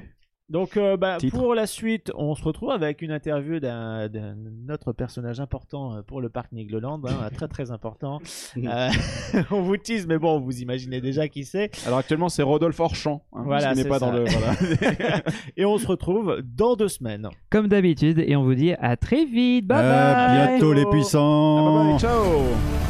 Donc euh, bah, Titre. pour la suite, on se retrouve avec une interview d'un d'un autre personnage important euh, pour le parc Nigloland, hein, très très important. Euh, on vous tease, mais bon, vous imaginez déjà qui c'est. Alors actuellement, c'est Rodolphe Orchamp. hein, Voilà, parce qu'il c'est n'est pas ça. dans le. voilà. et on se retrouve dans deux semaines. comme d'habitude, et on vous dit à très vite. Bye À bye. Euh, bientôt les Ah, Ciao. puissants. Bye bye, ciao.